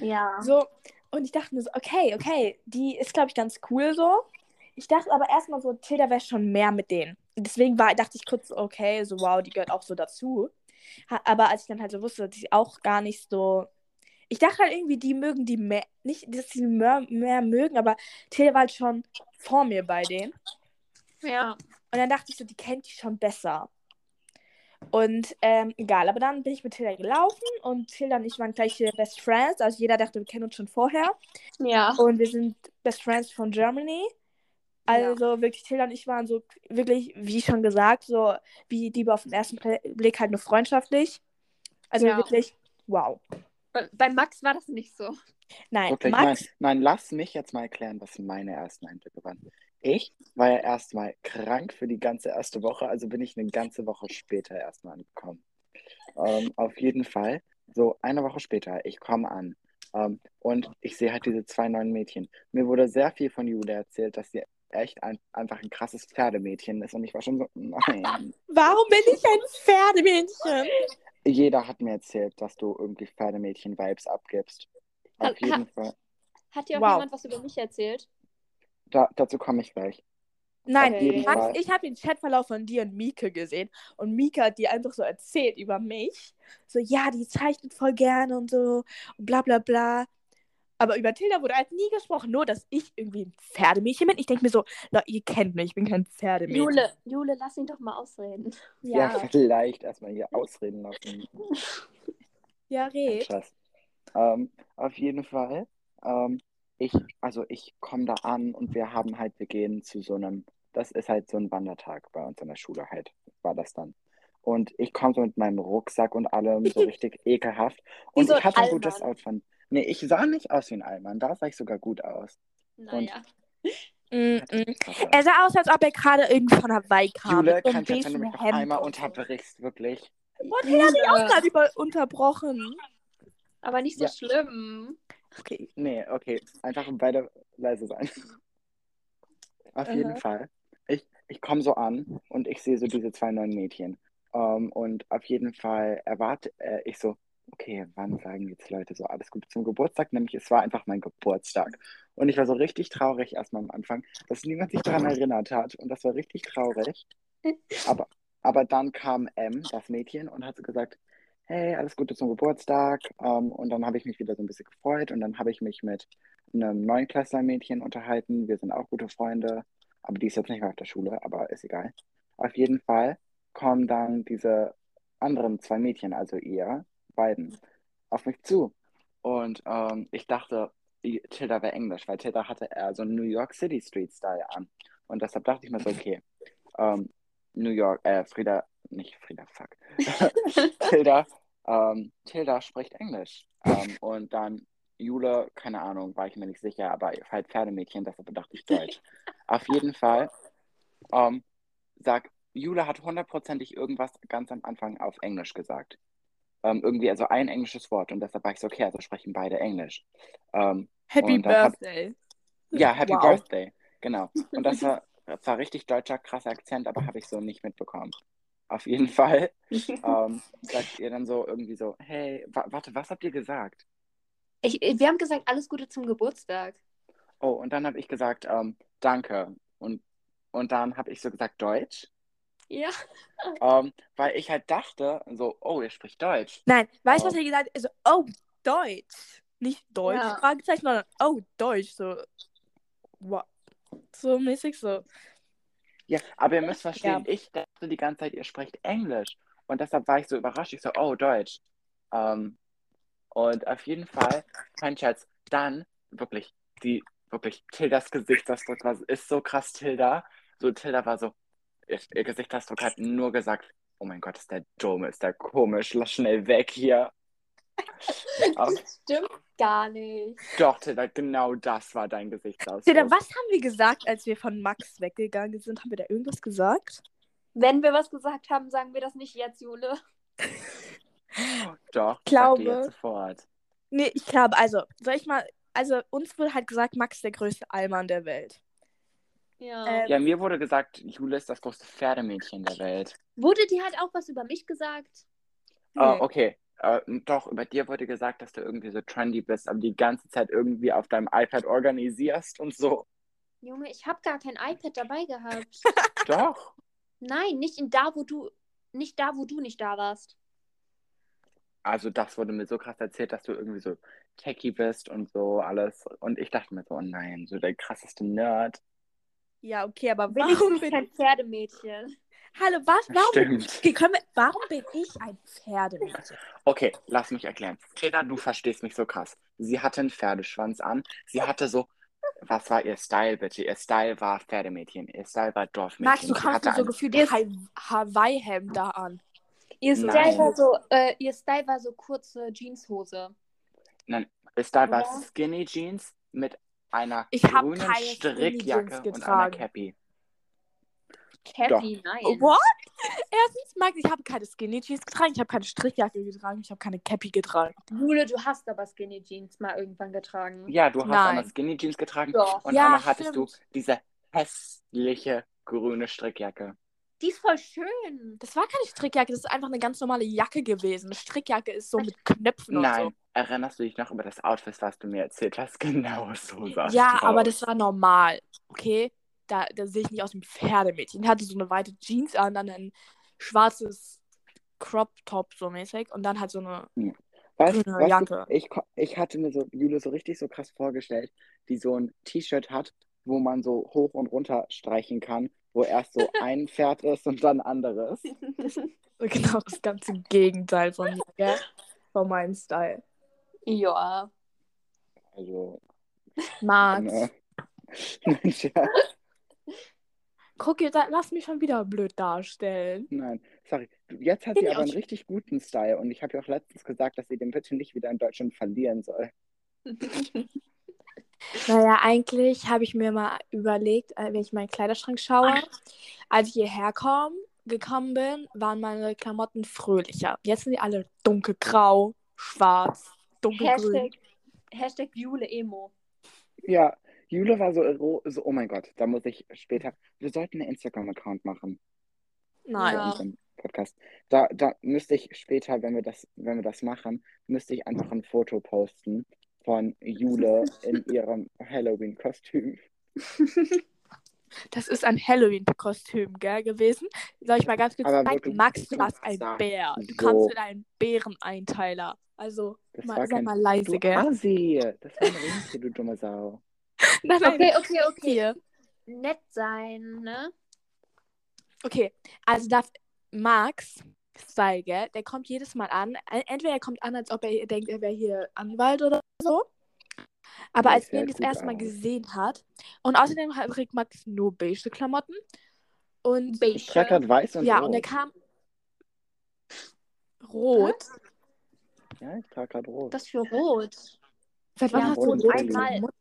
S1: Ja.
S3: So, und ich dachte mir so, okay, okay, die ist, glaube ich, ganz cool so. Ich dachte aber erstmal so, Tilda wäre schon mehr mit denen. Und Deswegen war, dachte ich kurz, so, okay, so wow, die gehört auch so dazu. Ha, aber als ich dann halt so wusste, die ist auch gar nicht so. Ich dachte halt irgendwie, die mögen die mehr, nicht, dass die mehr, mehr mögen, aber Tilda war halt schon vor mir bei denen.
S1: Ja.
S3: Und dann dachte ich so, die kennt die schon besser. Und ähm, egal, aber dann bin ich mit Tilda gelaufen und Tilda und ich waren gleiche Best Friends. Also jeder dachte, wir kennen uns schon vorher.
S1: Ja.
S3: Und wir sind Best Friends von Germany. Also wirklich, Tilda und ich waren so wirklich, wie schon gesagt, so wie die auf den ersten Pl- Blick halt nur freundschaftlich. Also
S1: Ja.
S3: wirklich, wow.
S1: Bei, bei Max war das nicht so.
S3: Nein,
S2: Wirklich,
S3: Max,
S2: nein, nein, lass mich jetzt mal erklären, was meine ersten Eindrücke waren. Ich war ja erstmal krank für die ganze erste Woche, also bin ich eine ganze Woche später erstmal angekommen. Ähm, auf jeden Fall, so eine Woche später, ich komme an ähm, und ich sehe halt diese zwei neuen Mädchen. Mir wurde sehr viel von Julia erzählt, dass sie echt ein, einfach ein krasses Pferdemädchen ist und ich war schon so, nein.
S3: warum bin ich ein Pferdemännchen?
S2: Jeder hat mir erzählt, dass du irgendwie Pferdemädchen-Vibes abgibst.
S1: Also,
S3: Oh,
S2: Auf jeden Fall.
S1: Hat dir auch
S3: Wow.
S1: jemand was über mich erzählt?
S2: Da, dazu komme ich gleich.
S3: Nein,
S2: Auf jeden
S3: Max,
S2: Fall.
S3: ich habe den Chatverlauf von dir und Mike gesehen und Mika hat dir einfach so erzählt über mich. So, ja, die zeichnet voll gerne und so und bla bla bla. Aber über Tilda wurde halt nie gesprochen, nur dass ich irgendwie ein Pferdemädchen bin. Ich denke mir so, Leute, ihr kennt mich, ich bin kein Pferdemädchen.
S1: Jule, Jule, lass ihn doch mal ausreden.
S2: Ja,
S3: Ja,
S2: vielleicht erstmal hier ausreden lassen.
S3: ja, red.
S2: Krass. Ähm, auf jeden Fall. Ähm, ich, also ich komme da an und wir haben halt, wir gehen zu so einem, das ist halt so ein Wandertag bei uns in der Schule halt, war das dann. Und ich komme so mit meinem Rucksack und allem so richtig ekelhaft.
S1: Wie
S2: Und
S1: so
S2: ich
S1: ein
S2: hatte ein gutes
S1: Allmann.
S2: Outfit. von- Nee, ich sah nicht aus wie ein Allmann, da sah ich sogar gut aus.
S1: Naja.
S3: Mm -mm. Er sah aus, als ob er gerade irgendwo von Hawaii kam.
S2: Jule,
S3: mit so einem
S2: kann ich jetzt, wenn du
S3: beigen
S2: mich auf
S3: Hemd
S2: einmal
S3: und so.
S2: unterbrichst, wirklich.
S3: What, er hat mich auch
S1: Jule,
S3: gerade über- unterbrochen.
S1: Aber nicht so
S2: Ja.
S1: schlimm.
S3: Okay.
S2: Nee, okay. Einfach um beide leise sein. *laughs* Auf
S3: Aha.
S2: jeden Fall. Ich, ich komme so an und ich sehe so diese zwei neuen Mädchen. Ähm, und auf jeden Fall erwarte äh, ich so, okay, wann sagen jetzt Leute so alles Gute zum Geburtstag? Nämlich, es war einfach mein Geburtstag. Und ich war so richtig traurig erstmal am Anfang, dass niemand sich daran erinnert hat. Und das war richtig traurig. Aber, aber dann kam M, das Mädchen, und hat so gesagt, hey, alles Gute zum Geburtstag. Ähm, und dann habe ich mich wieder so ein bisschen gefreut und dann habe ich mich mit einem Neunklässler-Mädchen unterhalten. Wir sind auch gute Freunde, aber die ist jetzt nicht mehr auf der Schule, aber ist egal. Auf jeden Fall kommen dann diese anderen zwei Mädchen, also ihr beiden, auf mich zu. Und ähm, ich dachte, i- Tilda wäre Englisch, weil Tilda hatte eher so einen New York City Street Style an. Und deshalb dachte ich mir so, okay, ähm, New York, äh, Frieda, nicht Frieda, fuck. *laughs* Tilda, ähm, Tilda spricht Englisch. Ähm, und dann Jule, keine Ahnung, war ich mir nicht sicher, aber halt Pferdemädchen, deshalb dachte ich Deutsch. Auf jeden Fall, ähm, sag, Jule hat hundertprozentig irgendwas ganz am Anfang auf Englisch gesagt. Ähm, irgendwie, also ein englisches Wort und deshalb war ich so, okay, also sprechen beide Englisch. Ähm,
S3: Happy
S2: Und dann hab-
S3: Birthday.
S2: ja, Happy
S3: Wow.
S2: Birthday. Genau. Und das war, das war richtig deutscher, krasser Akzent, aber habe ich so nicht mitbekommen. Auf jeden *laughs* Fall ähm, sagt ihr dann so irgendwie so, hey, wa warte, was habt ihr gesagt?
S1: Ich, wir haben gesagt, alles Gute zum Geburtstag.
S2: Oh, und dann habe ich gesagt, ähm, danke. Und, und dann habe ich so gesagt, Deutsch,
S1: Ja.
S2: ähm, weil ich halt dachte, so, oh, ihr spricht Deutsch.
S3: Nein, weißt du,
S2: Oh.
S3: was er gesagt hat? Also, oh, Deutsch. Nicht Deutsch,
S1: Ja.
S3: Fragezeichen, sondern oh, Deutsch. So, wow. so mäßig so.
S2: Ja, aber ihr müsst verstehen, ich dachte die ganze Zeit, ihr sprecht Englisch. Und deshalb war ich so überrascht. Ich so, oh, Deutsch. Ähm, und auf jeden Fall, kein Scherz, dann wirklich, die, wirklich, Tildas Gesichtsausdruck war, ist so krass, Tilda. So, Tilda war so, ihr, ihr Gesichtsausdruck hat nur gesagt, Oh mein Gott, ist der dumm, ist der komisch. Lass schnell weg hier. Aber
S1: *laughs* Das stimmt gar nicht.
S2: doch, Tilda, genau das war dein Gesichtsausdruck.
S4: Tilda, was haben wir gesagt, als wir von Max weggegangen sind? Haben wir da irgendwas gesagt?
S1: Wenn wir was gesagt haben, sagen wir das nicht jetzt, Jule.
S2: Doch,
S4: Ich glaube-
S2: sag dir jetzt sofort.
S4: Nee, ich glaube, also, soll ich mal. Also, uns wurde halt gesagt, Max ist der größte Allmann der Welt.
S1: Ja.
S4: Ähm,
S2: Ja, mir wurde gesagt, Jule ist das größte Pferdemädchen der Welt.
S1: Wurde dir halt auch was über mich gesagt?
S2: Ah,
S4: Nee.
S2: okay. Äh, doch, über dir wurde gesagt, dass du irgendwie so trendy bist, aber die ganze Zeit irgendwie auf deinem iPad organisierst und so.
S1: Junge, ich habe gar kein iPad dabei *laughs* gehabt.
S2: Doch.
S1: Nein, nicht in da, wo du nicht da, wo du nicht da warst.
S2: Also das wurde mir so krass erzählt, dass du irgendwie so techie bist und so alles. Und ich dachte mir so, oh nein, so der krasseste Nerd.
S4: Ja, okay, aber warum
S1: Warum
S4: bin
S1: bin kein Pferdemädchen?
S4: Hallo, was? Warum?
S2: Stimmt.
S4: Okay, können wir, warum bin ich ein Pferdemädchen?
S2: Okay, lass mich erklären. Tena, du verstehst mich so krass. Sie hatte einen Pferdeschwanz an. Sie hatte so, was war ihr Style bitte? Ihr Style war Pferdemädchen. Ihr Style war Dorfmädchen.
S3: Max, du
S2: Sie
S3: kamst
S2: hatte
S3: mit so
S2: ein-
S3: gefühlt Hai- Hawaii-Hemd da an.
S1: Ihr
S2: Nein.
S1: Style, war so, äh, ihr Style war so kurze Jeanshose.
S2: Ist dabei
S1: Oder?
S2: Skinny Jeans mit einer
S3: Ich hab
S2: grünen
S3: keine Skinny
S2: Strickjacke
S3: Jeans
S2: und einer
S3: getragen.
S2: Cappy.
S1: Cappy, nein.
S3: What? Erstens, Max, ich habe keine Skinny Jeans getragen, ich habe keine Strickjacke getragen, ich habe keine Cappy getragen.
S1: Jule, du hast aber Skinny Jeans mal irgendwann getragen.
S2: Ja, du hast
S3: Nein.
S2: einmal Skinny Jeans getragen
S1: Doch.
S2: und
S3: Ja,
S2: einmal hattest
S3: stimmt.
S2: du diese hässliche grüne Strickjacke.
S1: Die ist voll *laughs* schön.
S3: Das war keine Strickjacke, das ist einfach eine ganz normale Jacke gewesen. Eine Strickjacke ist so mit Knöpfen
S2: Nein,
S3: und
S2: erinnerst du dich noch über das Outfit, was du mir erzählt hast? *laughs* Genau so sah
S3: so.
S2: es
S3: Ja,
S2: aus.
S3: aber das war normal, okay? Da, da sehe ich nicht aus wie ein Pferdemädchen. Ich hatte so eine weite Jeans an, dann ein schwarzes Crop-Top so mäßig und dann halt so eine... *laughs*
S2: Weißt,
S3: Grüne
S2: weißt du,
S3: Jacke.
S2: ich, ko- ich hatte mir so Jule so richtig so krass vorgestellt, die so ein T-Shirt hat, wo man so hoch und runter streichen kann, wo erst
S3: *laughs*
S2: so ein Pferd ist und dann anderes.
S3: Genau, das ganze Gegenteil von mir, gell? Von meinem Style.
S1: *laughs* ja.
S2: Also,
S3: Max,
S2: *laughs* ne. Mensch, ja.
S3: guck, ihr da- lass mich schon wieder blöd darstellen.
S2: Nein, sorry. Du- Jetzt hat
S3: Bin
S2: sie
S3: ich
S2: aber
S3: auch
S2: einen
S3: schon-
S2: richtig guten Style und ich habe ja auch letztens gesagt, dass sie den bitte nicht wieder in Deutschland verlieren soll.
S3: Naja, eigentlich habe ich mir mal überlegt, äh, wenn ich meinen Kleiderschrank schaue, als ich hierher komm, gekommen bin, waren meine Klamotten fröhlicher. Jetzt sind die alle dunkelgrau, schwarz, dunkelgrün.
S1: Hashtag, Hashtag Jule Emo.
S2: Ja, Jule war so, ero- so, oh mein Gott, da muss ich später. Wir sollten einen Instagram-Account machen
S3: Nein.
S2: für
S1: Ja.
S2: unseren Podcast. Da, da müsste ich später, wenn wir das, wenn wir das machen, müsste ich einfach ein Foto posten von Jule
S3: *laughs*
S2: in ihrem Halloween-Kostüm.
S3: Das ist ein Halloween-Kostüm, gell, gewesen. Soll ich mal ganz kurz
S2: Aber
S3: zeigen?
S2: wirklich,
S3: Max, du
S2: du
S3: warst ein
S2: sah
S3: Bär. Du
S2: so-
S3: kamst in einen Bäreneinteiler. Also,
S2: Das war
S3: mal, sei
S2: kein-
S3: mal
S2: Du
S3: leise, gell?
S2: Assi, das war eine Riese, du dumme Sau.
S3: *laughs* Nein, nein,
S1: Okay, okay, okay.
S3: hier.
S1: Nett sein, ne?
S3: Okay, also darf Max Style, gell, der kommt jedes Mal an. Entweder er kommt an, als ob er denkt, er wäre hier Anwalt oder so. Aber
S2: Nee,
S3: als wir
S2: sehr
S3: ihn das
S2: gut
S3: erste Mal
S2: aus.
S3: gesehen hat. Und außerdem hat- trägt Max nur beige Klamotten. Und
S2: Ich trage
S1: Beige.
S3: halt
S2: gerade weiß und
S3: äh, ja,
S2: rot.
S3: und er kam rot.
S2: Ja, ich trage gerade rot.
S1: Das für Rot.
S3: Seit wann
S1: Ja,
S3: hast du
S1: rot
S3: ein
S1: und
S3: rotes
S1: einmal-
S3: Klamotten?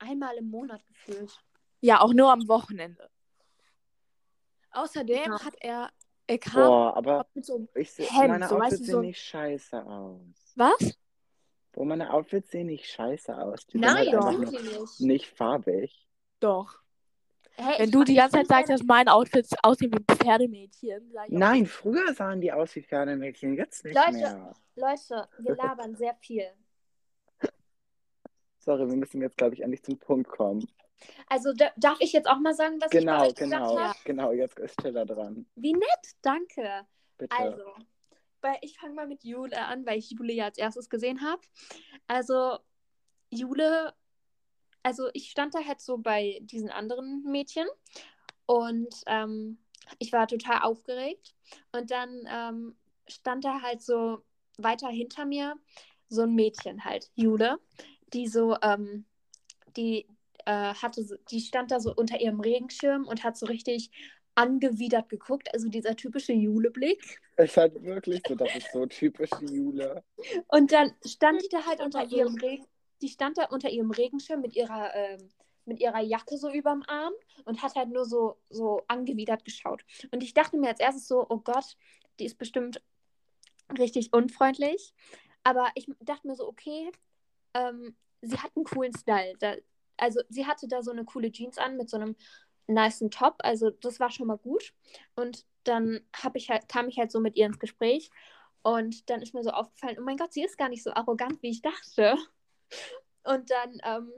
S1: Einmal im Monat gefühlt.
S3: Ja, auch nur am Wochenende. Außerdem
S1: Ja.
S3: hat er, er kam
S2: Boah, aber
S3: mit so einem,
S2: ich sehe,
S3: Hemd,
S2: meine
S3: so, weißt
S2: Outfits
S3: du,
S2: sehen
S3: so ein-
S2: nicht scheiße aus.
S3: was?
S2: Boah, meine Outfits sehen nicht scheiße aus. Die
S1: Nein,
S2: sind halt einfach nur
S1: wirklich nicht.
S2: nicht farbig.
S3: Doch.
S1: Hey,
S3: Wenn
S1: ich
S3: du
S1: mach-
S3: die ganze Zeit sagst, dass mein Outfit aussieht wie ein Pferdemädchen, sag ich auch-
S2: Nein, früher sahen die aus wie Pferdemädchen, jetzt nicht
S1: Leute.
S2: mehr.
S1: Leute, wir labern sehr viel.
S2: Sorry, wir müssen jetzt, glaube ich, endlich zum Punkt kommen.
S1: Also da, darf ich jetzt auch mal sagen, was
S2: Genau,
S1: Also, ich bei euch
S2: genau,
S1: gedacht habe?
S2: genau, jetzt ist Stella dran.
S1: Wie nett, danke.
S2: Bitte.
S1: Also, weil ich fange mal mit Jule an, weil ich Jule ja als erstes gesehen habe. Also, Jule, also ich stand da halt so bei diesen anderen Mädchen und ähm, ich war total aufgeregt. Und dann ähm, stand da halt so weiter hinter mir so ein Mädchen halt, Jule, die so, ähm, die äh, hatte, so- die stand da so unter ihrem Regenschirm und hat so richtig angewidert geguckt, also dieser typische Jule-Blick.
S2: Es hat wirklich so, das ist so typisch die Jule.
S1: Und dann stand die da halt unter ihrem Regen, die stand da unter ihrem Regenschirm mit ihrer, ähm, mit ihrer Jacke so überm Arm und hat halt nur so, so angewidert geschaut. Und ich dachte mir als erstes so, oh Gott, die ist bestimmt richtig unfreundlich. Aber ich dachte mir so, okay, ähm, sie hat einen coolen Style. Da, also sie hatte da so eine coole Jeans an mit so einem niceen Top. Also das war schon mal gut. Und dann hab ich halt, kam ich halt so mit ihr ins Gespräch. Und dann ist mir so aufgefallen, oh mein Gott, sie ist gar nicht so arrogant, wie ich dachte. Und dann ähm,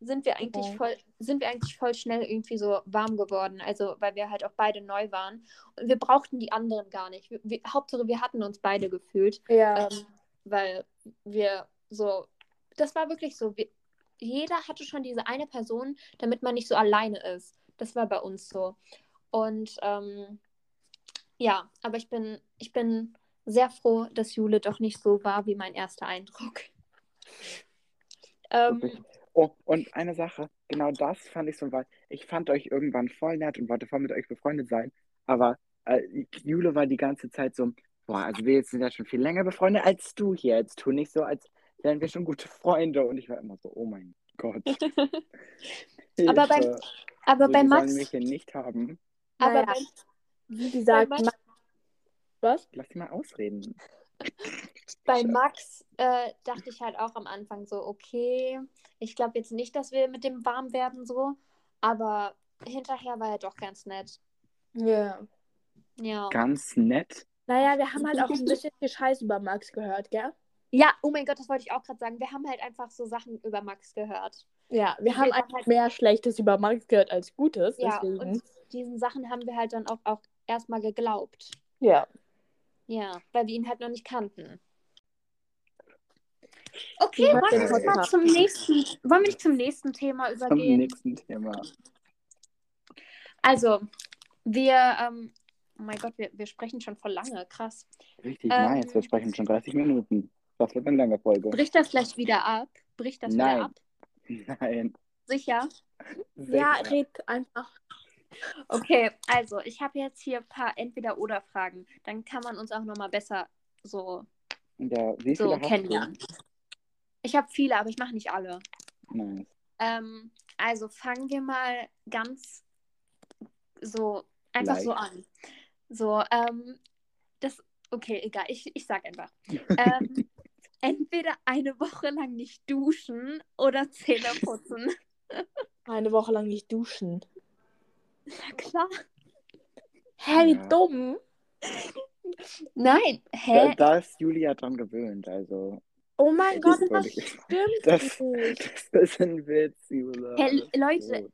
S1: sind wir eigentlich
S3: Okay.
S1: voll, sind wir eigentlich voll schnell irgendwie so warm geworden. Also, weil wir halt auch beide neu waren. Und wir brauchten die anderen gar nicht. Wir, wir, Hauptsache, wir hatten uns beide gefühlt.
S3: Ja.
S1: Ähm, weil wir so, das war wirklich so, wir, jeder hatte schon diese eine Person, damit man nicht so alleine ist. Das war bei uns so. Und ähm, ja, aber ich bin, ich bin sehr froh, dass Jule doch nicht so war wie mein erster Eindruck. *laughs*
S2: Wirklich?
S1: Ähm,
S2: Oh, und eine Sache, genau das fand ich so, weil ich fand euch irgendwann voll nett und wollte voll mit euch befreundet sein, aber äh, Jule war die ganze Zeit so, boah, also wir jetzt sind ja schon viel länger befreundet als du hier, jetzt tu nicht so, als wären wir schon gute Freunde und ich war immer so, oh mein
S1: *laughs*
S2: Gott.
S1: Aber beim-
S2: Hilfe.
S1: aber also bei
S2: so, die sollen
S1: Max,
S2: mich hier nicht haben.
S1: aber
S3: Naja.
S1: bei,
S3: Wie gesagt,
S1: Bei
S3: Ma- was?
S2: Lass sie mal ausreden.
S1: *laughs* bei
S2: Tja.
S1: Max äh, dachte ich halt auch am Anfang so, okay, ich glaube jetzt nicht, dass wir mit dem warm werden so, aber hinterher war er doch ganz nett.
S5: Ja.
S1: Ja.
S2: Ganz nett.
S3: Naja, wir haben halt auch ein bisschen viel Scheiß über Max gehört, gell?
S1: Ja, oh mein Gott, das wollte ich auch gerade sagen. Wir haben halt einfach so Sachen über Max gehört.
S3: Ja, wir haben
S1: Wir haben
S3: einfach mehr Schlechtes über Max gehört als Gutes.
S1: Ja,
S3: deswegen.
S1: und diesen Sachen haben wir halt dann auch, auch erstmal geglaubt.
S3: ja.
S1: Ja, weil wir ihn halt noch nicht kannten. Okay,
S3: Ja,
S1: wollen wir,
S2: das
S1: nicht mal
S3: war's.
S1: zum nächsten, wollen wir nicht zum nächsten Thema
S2: Zum
S1: übergehen?
S2: nächsten Thema.
S1: Also, wir, ähm, oh mein Gott, wir, wir sprechen schon voll lange, krass.
S2: Richtig,
S1: Ähm.
S2: nice. Wir sprechen schon 30 Minuten. Das wird eine lange Folge.
S1: Bricht das gleich wieder ab? Bricht das
S2: Nein.
S1: wieder ab?
S2: *laughs* Nein.
S1: Sicher?
S3: ja,
S2: Sicher.
S3: red einfach.
S1: Okay, also ich habe jetzt hier ein paar Entweder-Oder-Fragen. Dann kann man uns auch nochmal besser so
S2: Ja, wie
S1: so
S2: viele hast
S1: kennenlernen. Ich habe viele, aber ich mache nicht alle.
S2: du? Nice.
S1: Ähm, also fangen wir mal ganz so einfach so an. So, ähm, das, okay, egal, ich, ich sag *laughs* einfach. Ähm, entweder eine Woche lang nicht duschen oder Zähne *laughs* putzen.
S3: Eine Woche lang nicht duschen.
S1: Na klar.
S3: Hä, wie
S2: Ja.
S3: dumm.
S1: Nein,
S2: Da,
S1: hä?
S2: da ist Julia dran gewöhnt, also.
S3: Oh mein
S2: Das
S3: Gott,
S2: ist
S3: das
S2: wirklich-
S3: stimmt
S2: *laughs* Das,
S3: nicht.
S2: das ist ein Witz, Julia.
S1: Hey,
S2: Alles
S1: Leute.
S2: gut.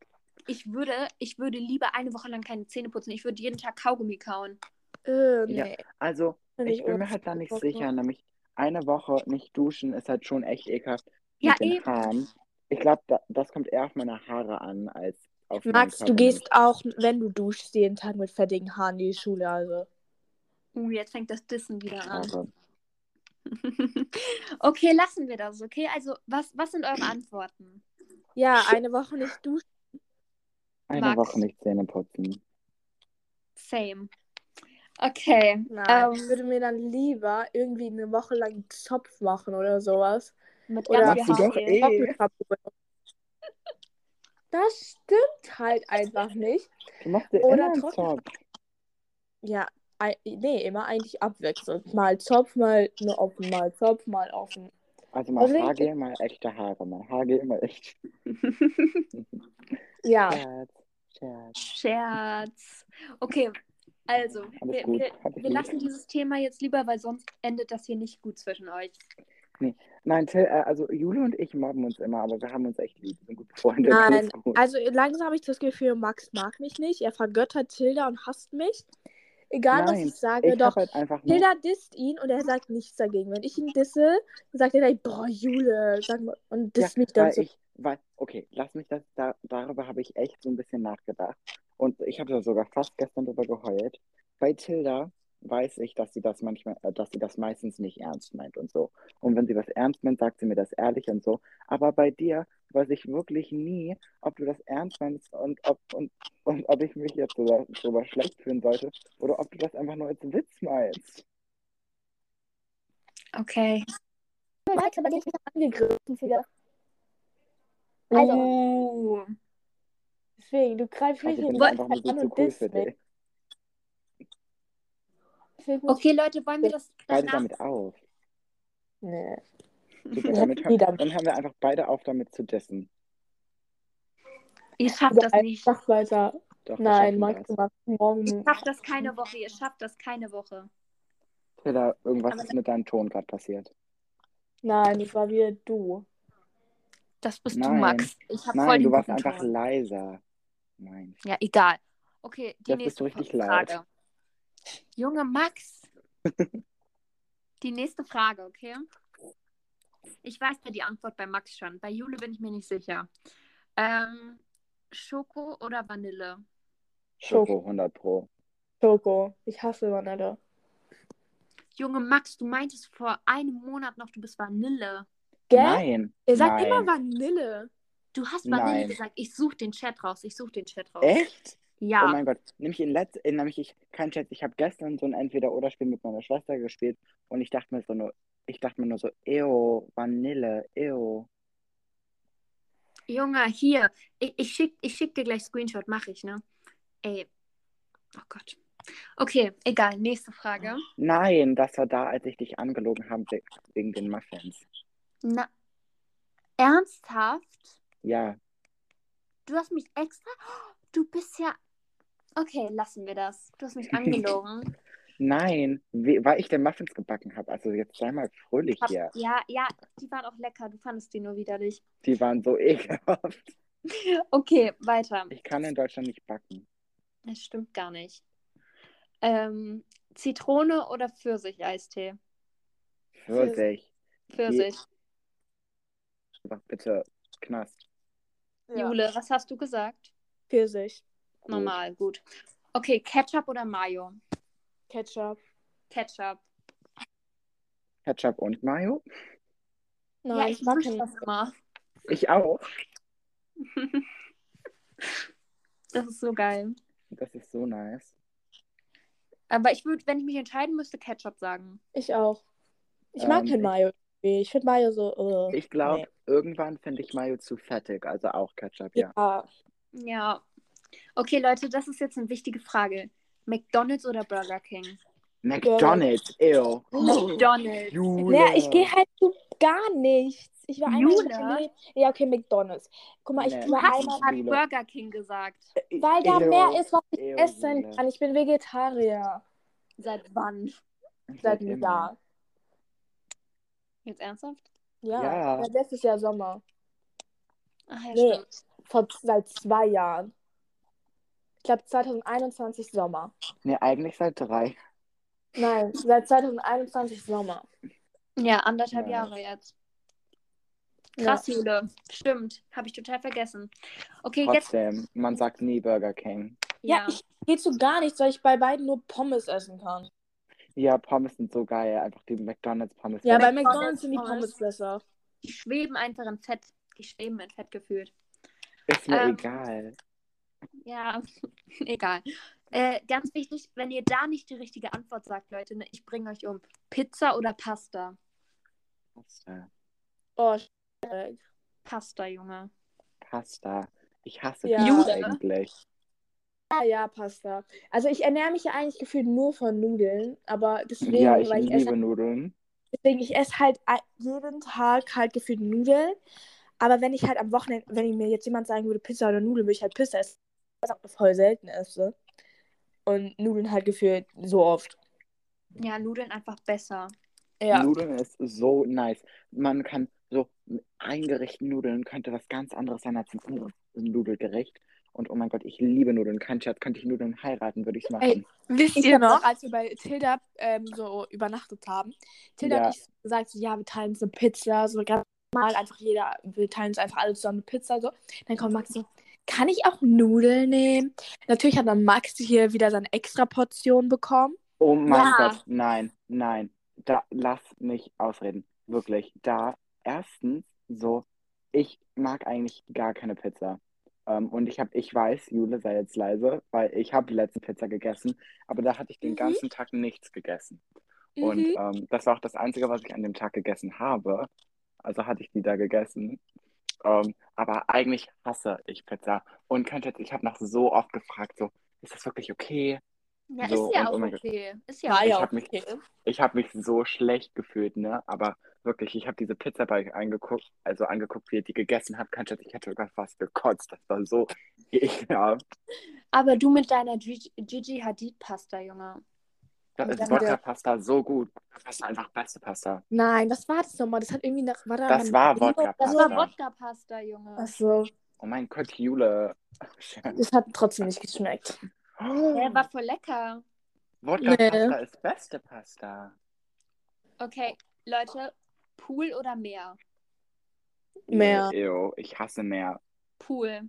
S1: Ich würde, ich würde lieber eine Woche lang keine Zähne putzen. Ich würde jeden Tag Kaugummi kauen.
S3: Äh,
S2: Ja.
S3: nee.
S2: Also, ich bin
S3: oder?
S2: mir halt da nicht
S3: Woche.
S2: sicher, nämlich eine Woche nicht duschen ist halt schon echt ekelhaft
S1: Ja,
S2: mit den
S1: eben.
S2: Haaren. Ich glaube, da, das kommt eher auf meine Haare an als auf meinen
S3: Max, du
S2: Körper.
S3: gehst auch, wenn du duschst, jeden Tag mit fettigen Haaren in die Schule. Also.
S1: Uh, jetzt fängt das Dissen wieder an.
S2: Haare.
S1: *laughs* Okay, lassen wir das, okay? Also, was, was sind eure Antworten?
S3: Ja, eine Woche nicht duschen.
S2: Eine
S1: Max.
S2: Woche nicht Zähne putzen.
S1: Same. Okay.
S3: Nein.
S1: Ähm.
S3: ich würde mir dann lieber irgendwie eine Woche lang einen Zopf machen oder sowas.
S1: Mit
S3: Oder
S1: ganz viel
S2: Machst du doch
S1: Haargel.
S2: eh.
S3: Zopfenkappe. Das stimmt halt einfach nicht.
S2: Du machst dir
S3: Oder
S2: immer einen
S3: trocken-
S2: Zopf.
S3: Ja, ei- nee, immer eigentlich abwechselnd. Mal Zopf, mal nur offen, mal Zopf, mal offen.
S2: Also mal
S3: Also ich-
S2: Haargel, mal echte Haare. Mal Haargel, mal echt. eh.
S3: Ja,
S2: Scherz, Scherz.
S1: Scherz. Okay, also, wir,
S2: gut,
S1: wir,
S2: hab ich
S1: wir
S2: lieb.
S1: lassen dieses Thema jetzt lieber, weil sonst endet das hier nicht gut zwischen euch.
S2: Nein, Till, äh, also Jule und ich mobben uns immer, aber wir haben uns echt lieb. Wir sind gute Freunde.
S3: Nein,
S2: alles gut.
S3: also langsam habe ich das Gefühl, Max mag mich nicht. Er vergöttert Tilda und hasst mich. Egal, was
S2: Nein,
S3: ich sage,
S1: also
S2: ich
S3: doch
S2: hab halt einfach nur.
S3: Hilda disst ihn und er sagt nichts dagegen. Wenn ich ihn disse, sagt er gleich, boah, Jule, sag mal, und disst mich dann
S2: weil
S3: so.
S2: ich, weil, okay, lass mich das, da, darüber habe ich echt so ein bisschen nachgedacht. Und ich habe da sogar fast gestern drüber geheult. Bei Tilda weiß ich, dass sie das manchmal, äh, dass sie das meistens nicht ernst meint und so. Und wenn sie was ernst meint, sagt sie mir das ehrlich und so. Aber bei dir weiß ich wirklich nie, ob du das ernst meinst und ob und, und ob ich mich jetzt drüber, drüber schlecht fühlen sollte oder ob du das einfach nur als Witz meinst.
S1: Okay.
S3: Leute, aber die sind angegriffen für. Also.
S2: Mhm.
S6: Oh.
S3: Deswegen, du halt greifst mich
S2: Also ich bin
S3: in
S2: jetzt
S3: die
S2: einfach nur so
S3: an
S2: zu
S3: und
S2: cool für
S3: disst mich.
S2: dich.
S3: Deswegen muss
S1: Okay, Leute, wollen wir das
S2: Beide
S1: danach?
S3: *laughs*
S2: damit auf.
S3: ich- Nee.
S2: Super, damit,
S3: Nie damit.
S2: dann haben wir einfach beide auf, damit zu dissen.
S1: Ihr schafft
S3: Also,
S1: das nicht.
S3: Mach weiter.
S2: Doch, wir
S3: Nein,
S2: schaffen
S3: Max,
S2: das.
S3: du machst
S1: Ihr
S3: morgen.
S1: schafft das keine Woche. Ihr schafft das keine Woche.
S2: Tilla, irgendwas
S1: Aber-
S2: ist mit deinem Ton gerade passiert.
S3: Nein, das war wieder du.
S1: Das bist du,
S2: Nein.
S1: Max. Ich habe voll
S2: Nein,
S1: den
S2: du warst
S1: guten
S2: einfach
S1: Ton.
S2: leiser. Nein.
S1: Ja, egal. Okay, die
S2: Jetzt bist
S1: nächste
S2: du richtig
S1: Frage. Junge
S2: *laughs*
S1: Max. die nächste Frage, okay? Ich weiß ja die Antwort bei Max schon. Bei Jule bin ich mir nicht sicher. Ähm, Schoko oder Vanille?
S3: Schoko.
S2: Schoko 100 Pro.
S3: Schoko. Ich hasse Vanille.
S1: Junge Max, du meintest vor einem Monat noch, du bist Vanille.
S3: Gell?
S2: Nein.
S7: Er sagt
S2: nein.
S7: immer Vanille.
S1: Du hast Vanille
S2: Nein.
S1: gesagt. Ich suche den Chat raus. Ich suche den Chat raus.
S2: Echt?
S1: Ja.
S2: Oh mein Gott. Nämlich in letz äh, nämlich ich kein Chat, ich habe gestern so ein Entweder-Oder-Spiel mit meiner Schwester gespielt und ich dachte mir so nur, ich dachte mir nur so, ew, Vanille, ew.
S1: Junge, hier. Ich, ich schick, ich schick dir gleich Screenshot, mache ich, ne? Ey. Oh Gott. Okay, egal. Nächste Frage.
S2: Nein, das war da, als ich dich angelogen habe we- wegen den Muffins.
S1: Na, ernsthaft?
S2: Ja,
S1: Du hast mich extra. Du bist ja. Okay, lassen wir das. Du hast mich angelogen.
S2: nein, we- weil ich den Muffins gebacken habe. Also jetzt sei mal fröhlich
S1: Hab,
S2: hier.
S1: ja, ja, die waren auch lecker. Du fandest die nur widerlich.
S2: Die waren so *laughs* ekelhaft.
S1: Okay, weiter.
S2: Ich kann in Deutschland nicht backen.
S1: Das stimmt gar nicht. Ähm, Zitrone oder Pfirsich-Eistee?
S2: Pfirsich.
S1: Pfirsich.
S2: Sag bitte Knast.
S3: Jule.
S1: Jule, was hast du gesagt?
S3: Pfirsich.
S2: Gut.
S1: Normal, gut. Okay, Ketchup oder Mayo?
S3: Ketchup.
S1: Ketchup.
S2: Ketchup und Mayo?
S3: Nein,
S1: ja,
S3: Äh, ich mag
S1: wünsch
S3: keinen.
S1: das immer.
S2: Ich auch.
S1: Das ist so geil.
S2: Das ist so nice.
S1: Aber ich würde, wenn ich mich entscheiden müsste, Ketchup sagen.
S3: Ich auch. Ich mag
S2: Ähm,
S3: kein
S2: ich-
S3: Mayo. Ich finde Mayo so. Uh.
S2: Ich glaube, irgendwann finde ich Mayo zu fettig, also auch Ketchup, ja.
S3: ja.
S1: Ja. Okay, Leute, das ist jetzt eine wichtige Frage. McDonald's oder Burger King?
S3: *laughs*
S2: McDonald's, ew.
S1: McDonald's.
S2: Jule.
S3: Naja, ich gehe halt zu gar nichts. Ich war einmal
S1: Jule?
S3: in meinem Leben. Ja, okay, McDonalds. Guck mal, ich
S2: Nee.
S3: nee.
S1: Du
S3: war
S1: hast
S3: einmal,
S1: gerade Burger King gesagt.
S3: weil da
S2: Ew.
S3: mehr ist, was ich
S2: Ew,
S3: essen
S2: Jule.
S3: kann. Ich bin Vegetarier.
S1: Seit wann?
S3: Seit
S2: Immer.
S3: einem Jahr.
S1: Jetzt ernsthaft?
S3: Ja.
S2: Ja.
S3: Seit letztes Jahr Sommer.
S1: Ach ja,
S3: Nee.
S1: stimmt.
S3: Vor, seit zwei Jahren. Ich glaube 2021 Sommer.
S2: Nee, eigentlich seit drei.
S3: Nein, seit 2021 Sommer.
S1: Ja, anderthalb
S2: Nice.
S1: Jahre jetzt. Krass, Jule. Stimmt. Habe ich total vergessen. Okay, jetzt.
S2: Trotzdem, man sagt nie Burger King.
S3: Ja, ich gehe zu gar nichts, weil ich bei beiden nur Pommes essen kann.
S2: Ja, Pommes sind so geil, einfach die McDonald's Pommes.
S3: Ja, bei
S1: McDonald's
S3: McDonalds sind die Pommes
S1: Pommes.
S3: besser.
S1: Die schweben einfach in Fett. Die schweben in Fett gefühlt.
S2: ist mir
S1: ähm,
S2: egal.
S1: Ja, *laughs* egal. Äh, ganz wichtig, wenn ihr da nicht die richtige Antwort sagt, Leute, ne, ich bringe euch um. Pizza oder Pasta?
S2: Pasta.
S3: Oh, schrecklich.
S1: Pasta, Junge.
S2: Pasta. Ich hasse
S3: Ja.
S2: Pizza
S1: Jude.
S2: eigentlich.
S3: Ah ja, Pasta. Also ich ernähre mich ja eigentlich gefühlt nur von Nudeln, aber deswegen,
S2: Ja, ich
S3: weil ich
S2: liebe
S3: esse,
S2: Nudeln.
S3: deswegen, ich esse halt ei- jeden Tag halt gefühlt Nudeln. Aber wenn ich halt am Wochenende, wenn mir jetzt jemand sagen würde, Pizza oder Nudeln, würde ich halt Pizza essen, was auch voll selten esse. Und Nudeln halt gefühlt so oft.
S1: Ja, Nudeln einfach besser.
S3: Ja.
S2: Nudeln ist so nice. Man kann so mit eingerichten Nudeln könnte was ganz anderes sein als ein anderes Nudelgericht. Und oh mein Gott, ich liebe Nudeln. Kein Scherz, könnte ich Nudeln heiraten, würde ich machen.
S7: Ey, Wisst
S3: Ich
S7: ihr
S3: hab
S7: noch,
S3: noch-
S7: als wir bei Tilda ähm, so übernachtet haben, Tilda
S2: Ja.
S7: hat ich gesagt, so, ja, wir teilen uns eine Pizza, so ganz normal, einfach jeder, wir teilen uns einfach alle zusammen eine Pizza, so. Dann kommt Max so, kann ich auch Nudeln nehmen? Natürlich hat dann Max hier wieder seine extra Portion bekommen.
S2: Oh mein
S1: Ja.
S2: Gott, nein, nein. Da, lass mich ausreden. Wirklich. Da, erstens, so, ich mag eigentlich gar keine Pizza. Ähm, und ich habe, ich weiß, Jule, sei jetzt leise, weil ich habe die letzte Pizza gegessen, aber da hatte ich den ganzen Tag nichts gegessen. Und
S7: Mhm.
S3: Mhm.
S2: ähm, das war auch das Einzige, was ich an dem Tag gegessen habe. Also hatte ich die da gegessen. Ähm, aber eigentlich hasse ich Pizza. Und könnt jetzt, ich habe noch so oft gefragt, so, ist das wirklich okay?
S1: Ja,
S2: So,
S1: ist ja
S2: und
S1: auch
S2: oh mein Gott.
S1: okay. Ist ja
S8: War
S1: okay.
S8: ja
S2: ich
S8: auch
S2: hab mich-
S8: okay.
S2: Ich habe mich so schlecht gefühlt, ne? Aber wirklich, ich habe diese Pizza bei euch angeguckt, also angeguckt, wie ihr die gegessen habt. Kein Scherz, ich hätte sogar fast gekotzt. Das war so ekelhaft.
S1: Aber du mit deiner Gigi, Gigi Hadid-Pasta, Junge.
S2: Das
S8: Und
S2: ist
S8: dann der-
S2: Wodka-Pasta so gut. Pasta einfach beste Pasta.
S9: Nein, was war das nochmal? Das hat irgendwie nach. War da
S2: Das war
S1: Das war
S3: genau.
S2: Wodka-Pasta.
S1: Wodka-Pasta, Junge.
S8: Achso,
S2: Oh mein Gott, Jule.
S8: das hat trotzdem nicht geschmeckt.
S1: Der war voll lecker.
S2: *gasps* Wodka-Pasta ist beste Pasta.
S1: Okay, Leute, Pool oder Meer?
S2: Jule,
S8: Meer.
S2: ew, ich hasse Meer.
S1: Pool.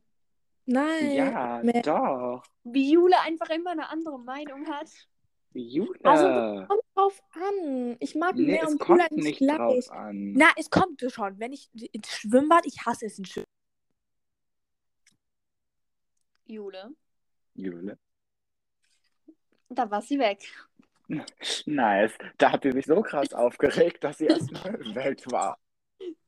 S8: Nein.
S2: Ja,
S8: Meer.
S2: doch.
S1: Wie Jule einfach immer eine andere Meinung hat.
S2: Jule.
S8: Also, Kommt drauf an. Ich mag
S2: nee,
S8: Meer
S2: es
S8: und Pool
S2: kommt
S8: eigentlich
S2: nicht
S8: gleich.
S2: drauf an.
S3: Na, es kommt schon. Wenn ich ins Schwimmbad, ich hasse es in Schwimmbad.
S1: Jule.
S2: Jule.
S1: Da war sie weg.
S2: Nice. Da hat sie sich so krass aufgeregt, dass sie erstmal weg war.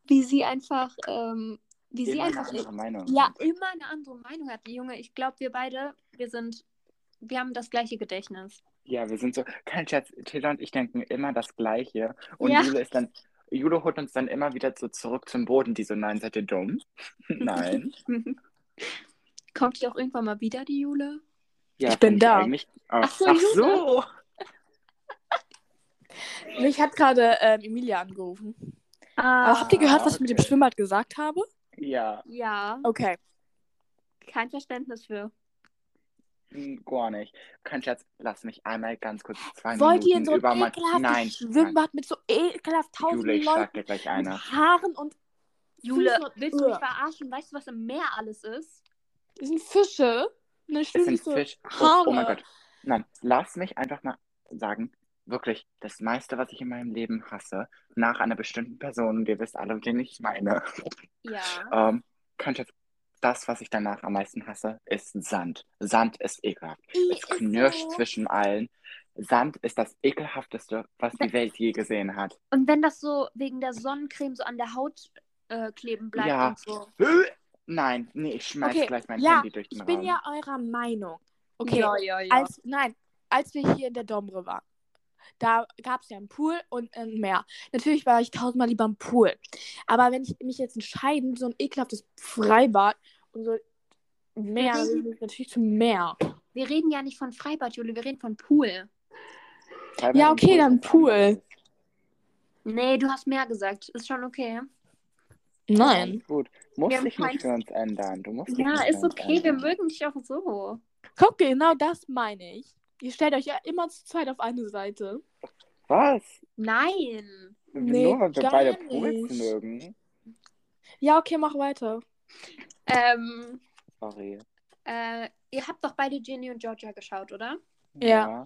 S1: Wie sie einfach, ähm, wie sie
S2: Immer eine
S1: einfach
S2: andere Meinung.
S1: ja immer eine andere Meinung hat. Junge, ich glaube, wir beide, wir sind, wir haben das gleiche Gedächtnis. *laughs*
S2: Ja, wir sind so, kein Scherz, Tilda und ich denken immer das Gleiche. Und
S1: Ja.
S2: Jule ist dann, Jule holt uns dann immer wieder so zurück zum Boden, die so, nein, seid ihr dumm? nein.
S1: Kommt die auch irgendwann mal wieder, die Jule?
S2: Ja,
S3: Ich bin
S2: find
S3: da.
S2: eigentlich- Ach,
S1: Ach so,
S2: ach
S1: Jule.
S2: so.
S3: Mich hat gerade ähm, Emilia angerufen.
S1: Ah,
S3: Aber habt ihr gehört, was ich mit dem
S2: okay.
S3: Schwimmbad gesagt habe?
S2: Ja,
S1: ja,
S3: Okay.
S1: kein Verständnis für.
S2: hm, gar nicht. Kein Scherz, lass mich einmal ganz kurz zwei
S3: Wollt ihr in
S2: Minuten
S3: so ein
S2: über mein.
S3: ekelhaftes
S2: Nein, nein,
S3: Schwimmbad mit so ekelhaft
S2: Jule,
S3: tausenden
S2: ich schlag
S3: Leuten
S2: dir gleich
S3: mit
S2: eine.
S3: Haaren und
S1: Jule,
S3: Füßen und-
S1: willst du mich
S3: Ugh.
S1: verarschen? Weißt du, was im Meer alles ist?
S3: Das sind Fische. Und dann
S2: Es
S3: schwimmen die
S2: sind
S3: so
S2: Fisch. Oh,
S3: Haare.
S2: oh mein Gott. Nein, lass mich einfach mal sagen, wirklich, das meiste, was ich in meinem Leben hasse, nach einer bestimmten Person, und ihr wisst alle, wen ich meine,
S1: Ja.
S2: ähm, könnte das, was ich danach am meisten hasse, ist Sand. Sand ist ekelhaft. Es knirscht zwischen allen. Sand ist das ekelhafteste, was die Welt je gesehen hat.
S1: Und wenn das so wegen der Sonnencreme so an der Haut äh, kleben bleibt
S2: Ja.
S1: und so.
S2: Nein, nee, ich schmeiß
S3: Okay,
S2: gleich mein
S3: ja,
S2: Handy durch den
S3: Ich bin
S2: Raum.
S3: ja eurer Meinung. Okay.
S1: Ja, ja, ja.
S3: Als, nein, als wir hier in der Domre waren, da gab es ja einen Pool und ein Meer. Natürlich war ich tausendmal lieber im Pool. Aber wenn ich mich jetzt entscheiden, so ein ekelhaftes Freibad und so ein Meer,
S1: Mhm.
S3: dann bin ich natürlich zum Meer.
S1: wir reden ja nicht von Freibad, Jule, wir reden von Pool.
S2: Teilweise
S3: Ja,
S2: im
S3: okay, dann
S2: ist es
S3: Pool.
S2: anders.
S1: Nee, du hast mehr gesagt. Ist schon okay.
S3: Nein.
S2: Gut, muss
S1: Wir haben
S2: ich nicht
S1: kein-
S2: für uns ändern. Du musst dich nicht
S1: Ja,
S2: für
S1: ist
S2: uns
S1: okay. Wir
S2: ändern.
S1: mögen dich auch so.
S3: Guck, genau das meine ich. Ihr stellt euch ja immer zu zweit auf eine Seite.
S2: Was?
S1: Nein.
S3: Nee,
S2: Nur weil wir
S3: gar
S2: beide Pools
S3: nicht.
S2: mögen.
S3: Ja, okay, mach weiter.
S1: Ähm,
S2: Sorry.
S1: äh, ihr habt doch beide Ginny und Georgia geschaut, oder?
S3: Ja.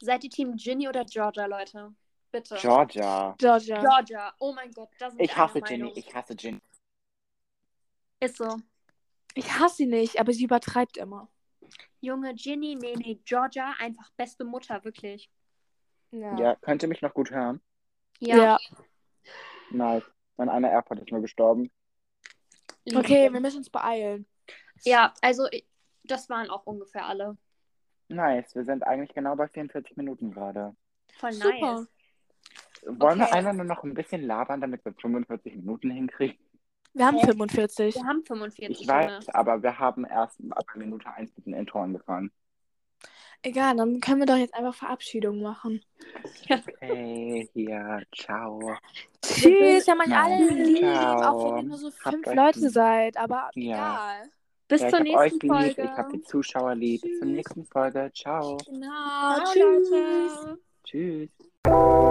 S1: Seid ihr Team Ginny oder Georgia, Leute? Bitte.
S2: Ja. Georgia.
S3: Georgia.
S1: Georgia. Oh mein Gott, das ist
S2: Ich hasse Ginny, ich hasse Ginny.
S1: Ist so.
S3: Ich hasse sie nicht, aber sie übertreibt immer.
S1: Junge Ginny, nee, nee, Georgia, einfach beste Mutter, wirklich.
S2: Ja. könnt ihr mich noch gut hören?
S1: Ja.
S3: ja.
S2: Nice. Mein einer AirPod ist nur gestorben.
S1: lieb.
S3: Okay, wir müssen uns beeilen.
S1: Ja, also ich- das waren auch ungefähr alle.
S2: Nice, wir sind eigentlich genau bei 44 Minuten gerade.
S1: Voll nice.
S3: Super.
S2: Wollen wir
S1: Okay.
S2: einer nur noch ein bisschen labern, damit wir 45 Minuten hinkriegen?
S3: Wir haben
S1: Hä?
S3: 45.
S1: Wir haben 45
S2: Ich
S1: Junge.
S2: weiß, aber wir haben erst ab Minute 1 mit dem Intro angefangen.
S3: Egal, dann können wir doch jetzt einfach Verabschiedung machen.
S2: Hey, hier, ciao.
S3: Tschüss, wir haben euch
S2: Nein.
S3: alle lieb,
S2: Ciao.
S3: auch wenn ihr nur so
S2: Habt
S3: fünf
S2: euch
S3: Leute
S2: lieb.
S3: seid, aber
S2: Ja.
S3: egal.
S1: Bis
S2: Ja, ich
S1: zur
S2: hab euch
S1: nächsten
S2: lieb,
S1: Folge.
S2: ich hab die Zuschauer lieb. Bis zur
S3: Tschüss.
S2: nächsten Folge. Ciao.
S3: Genau,
S1: Ciao,
S3: tschüss.
S1: Leute.
S2: Tschüss.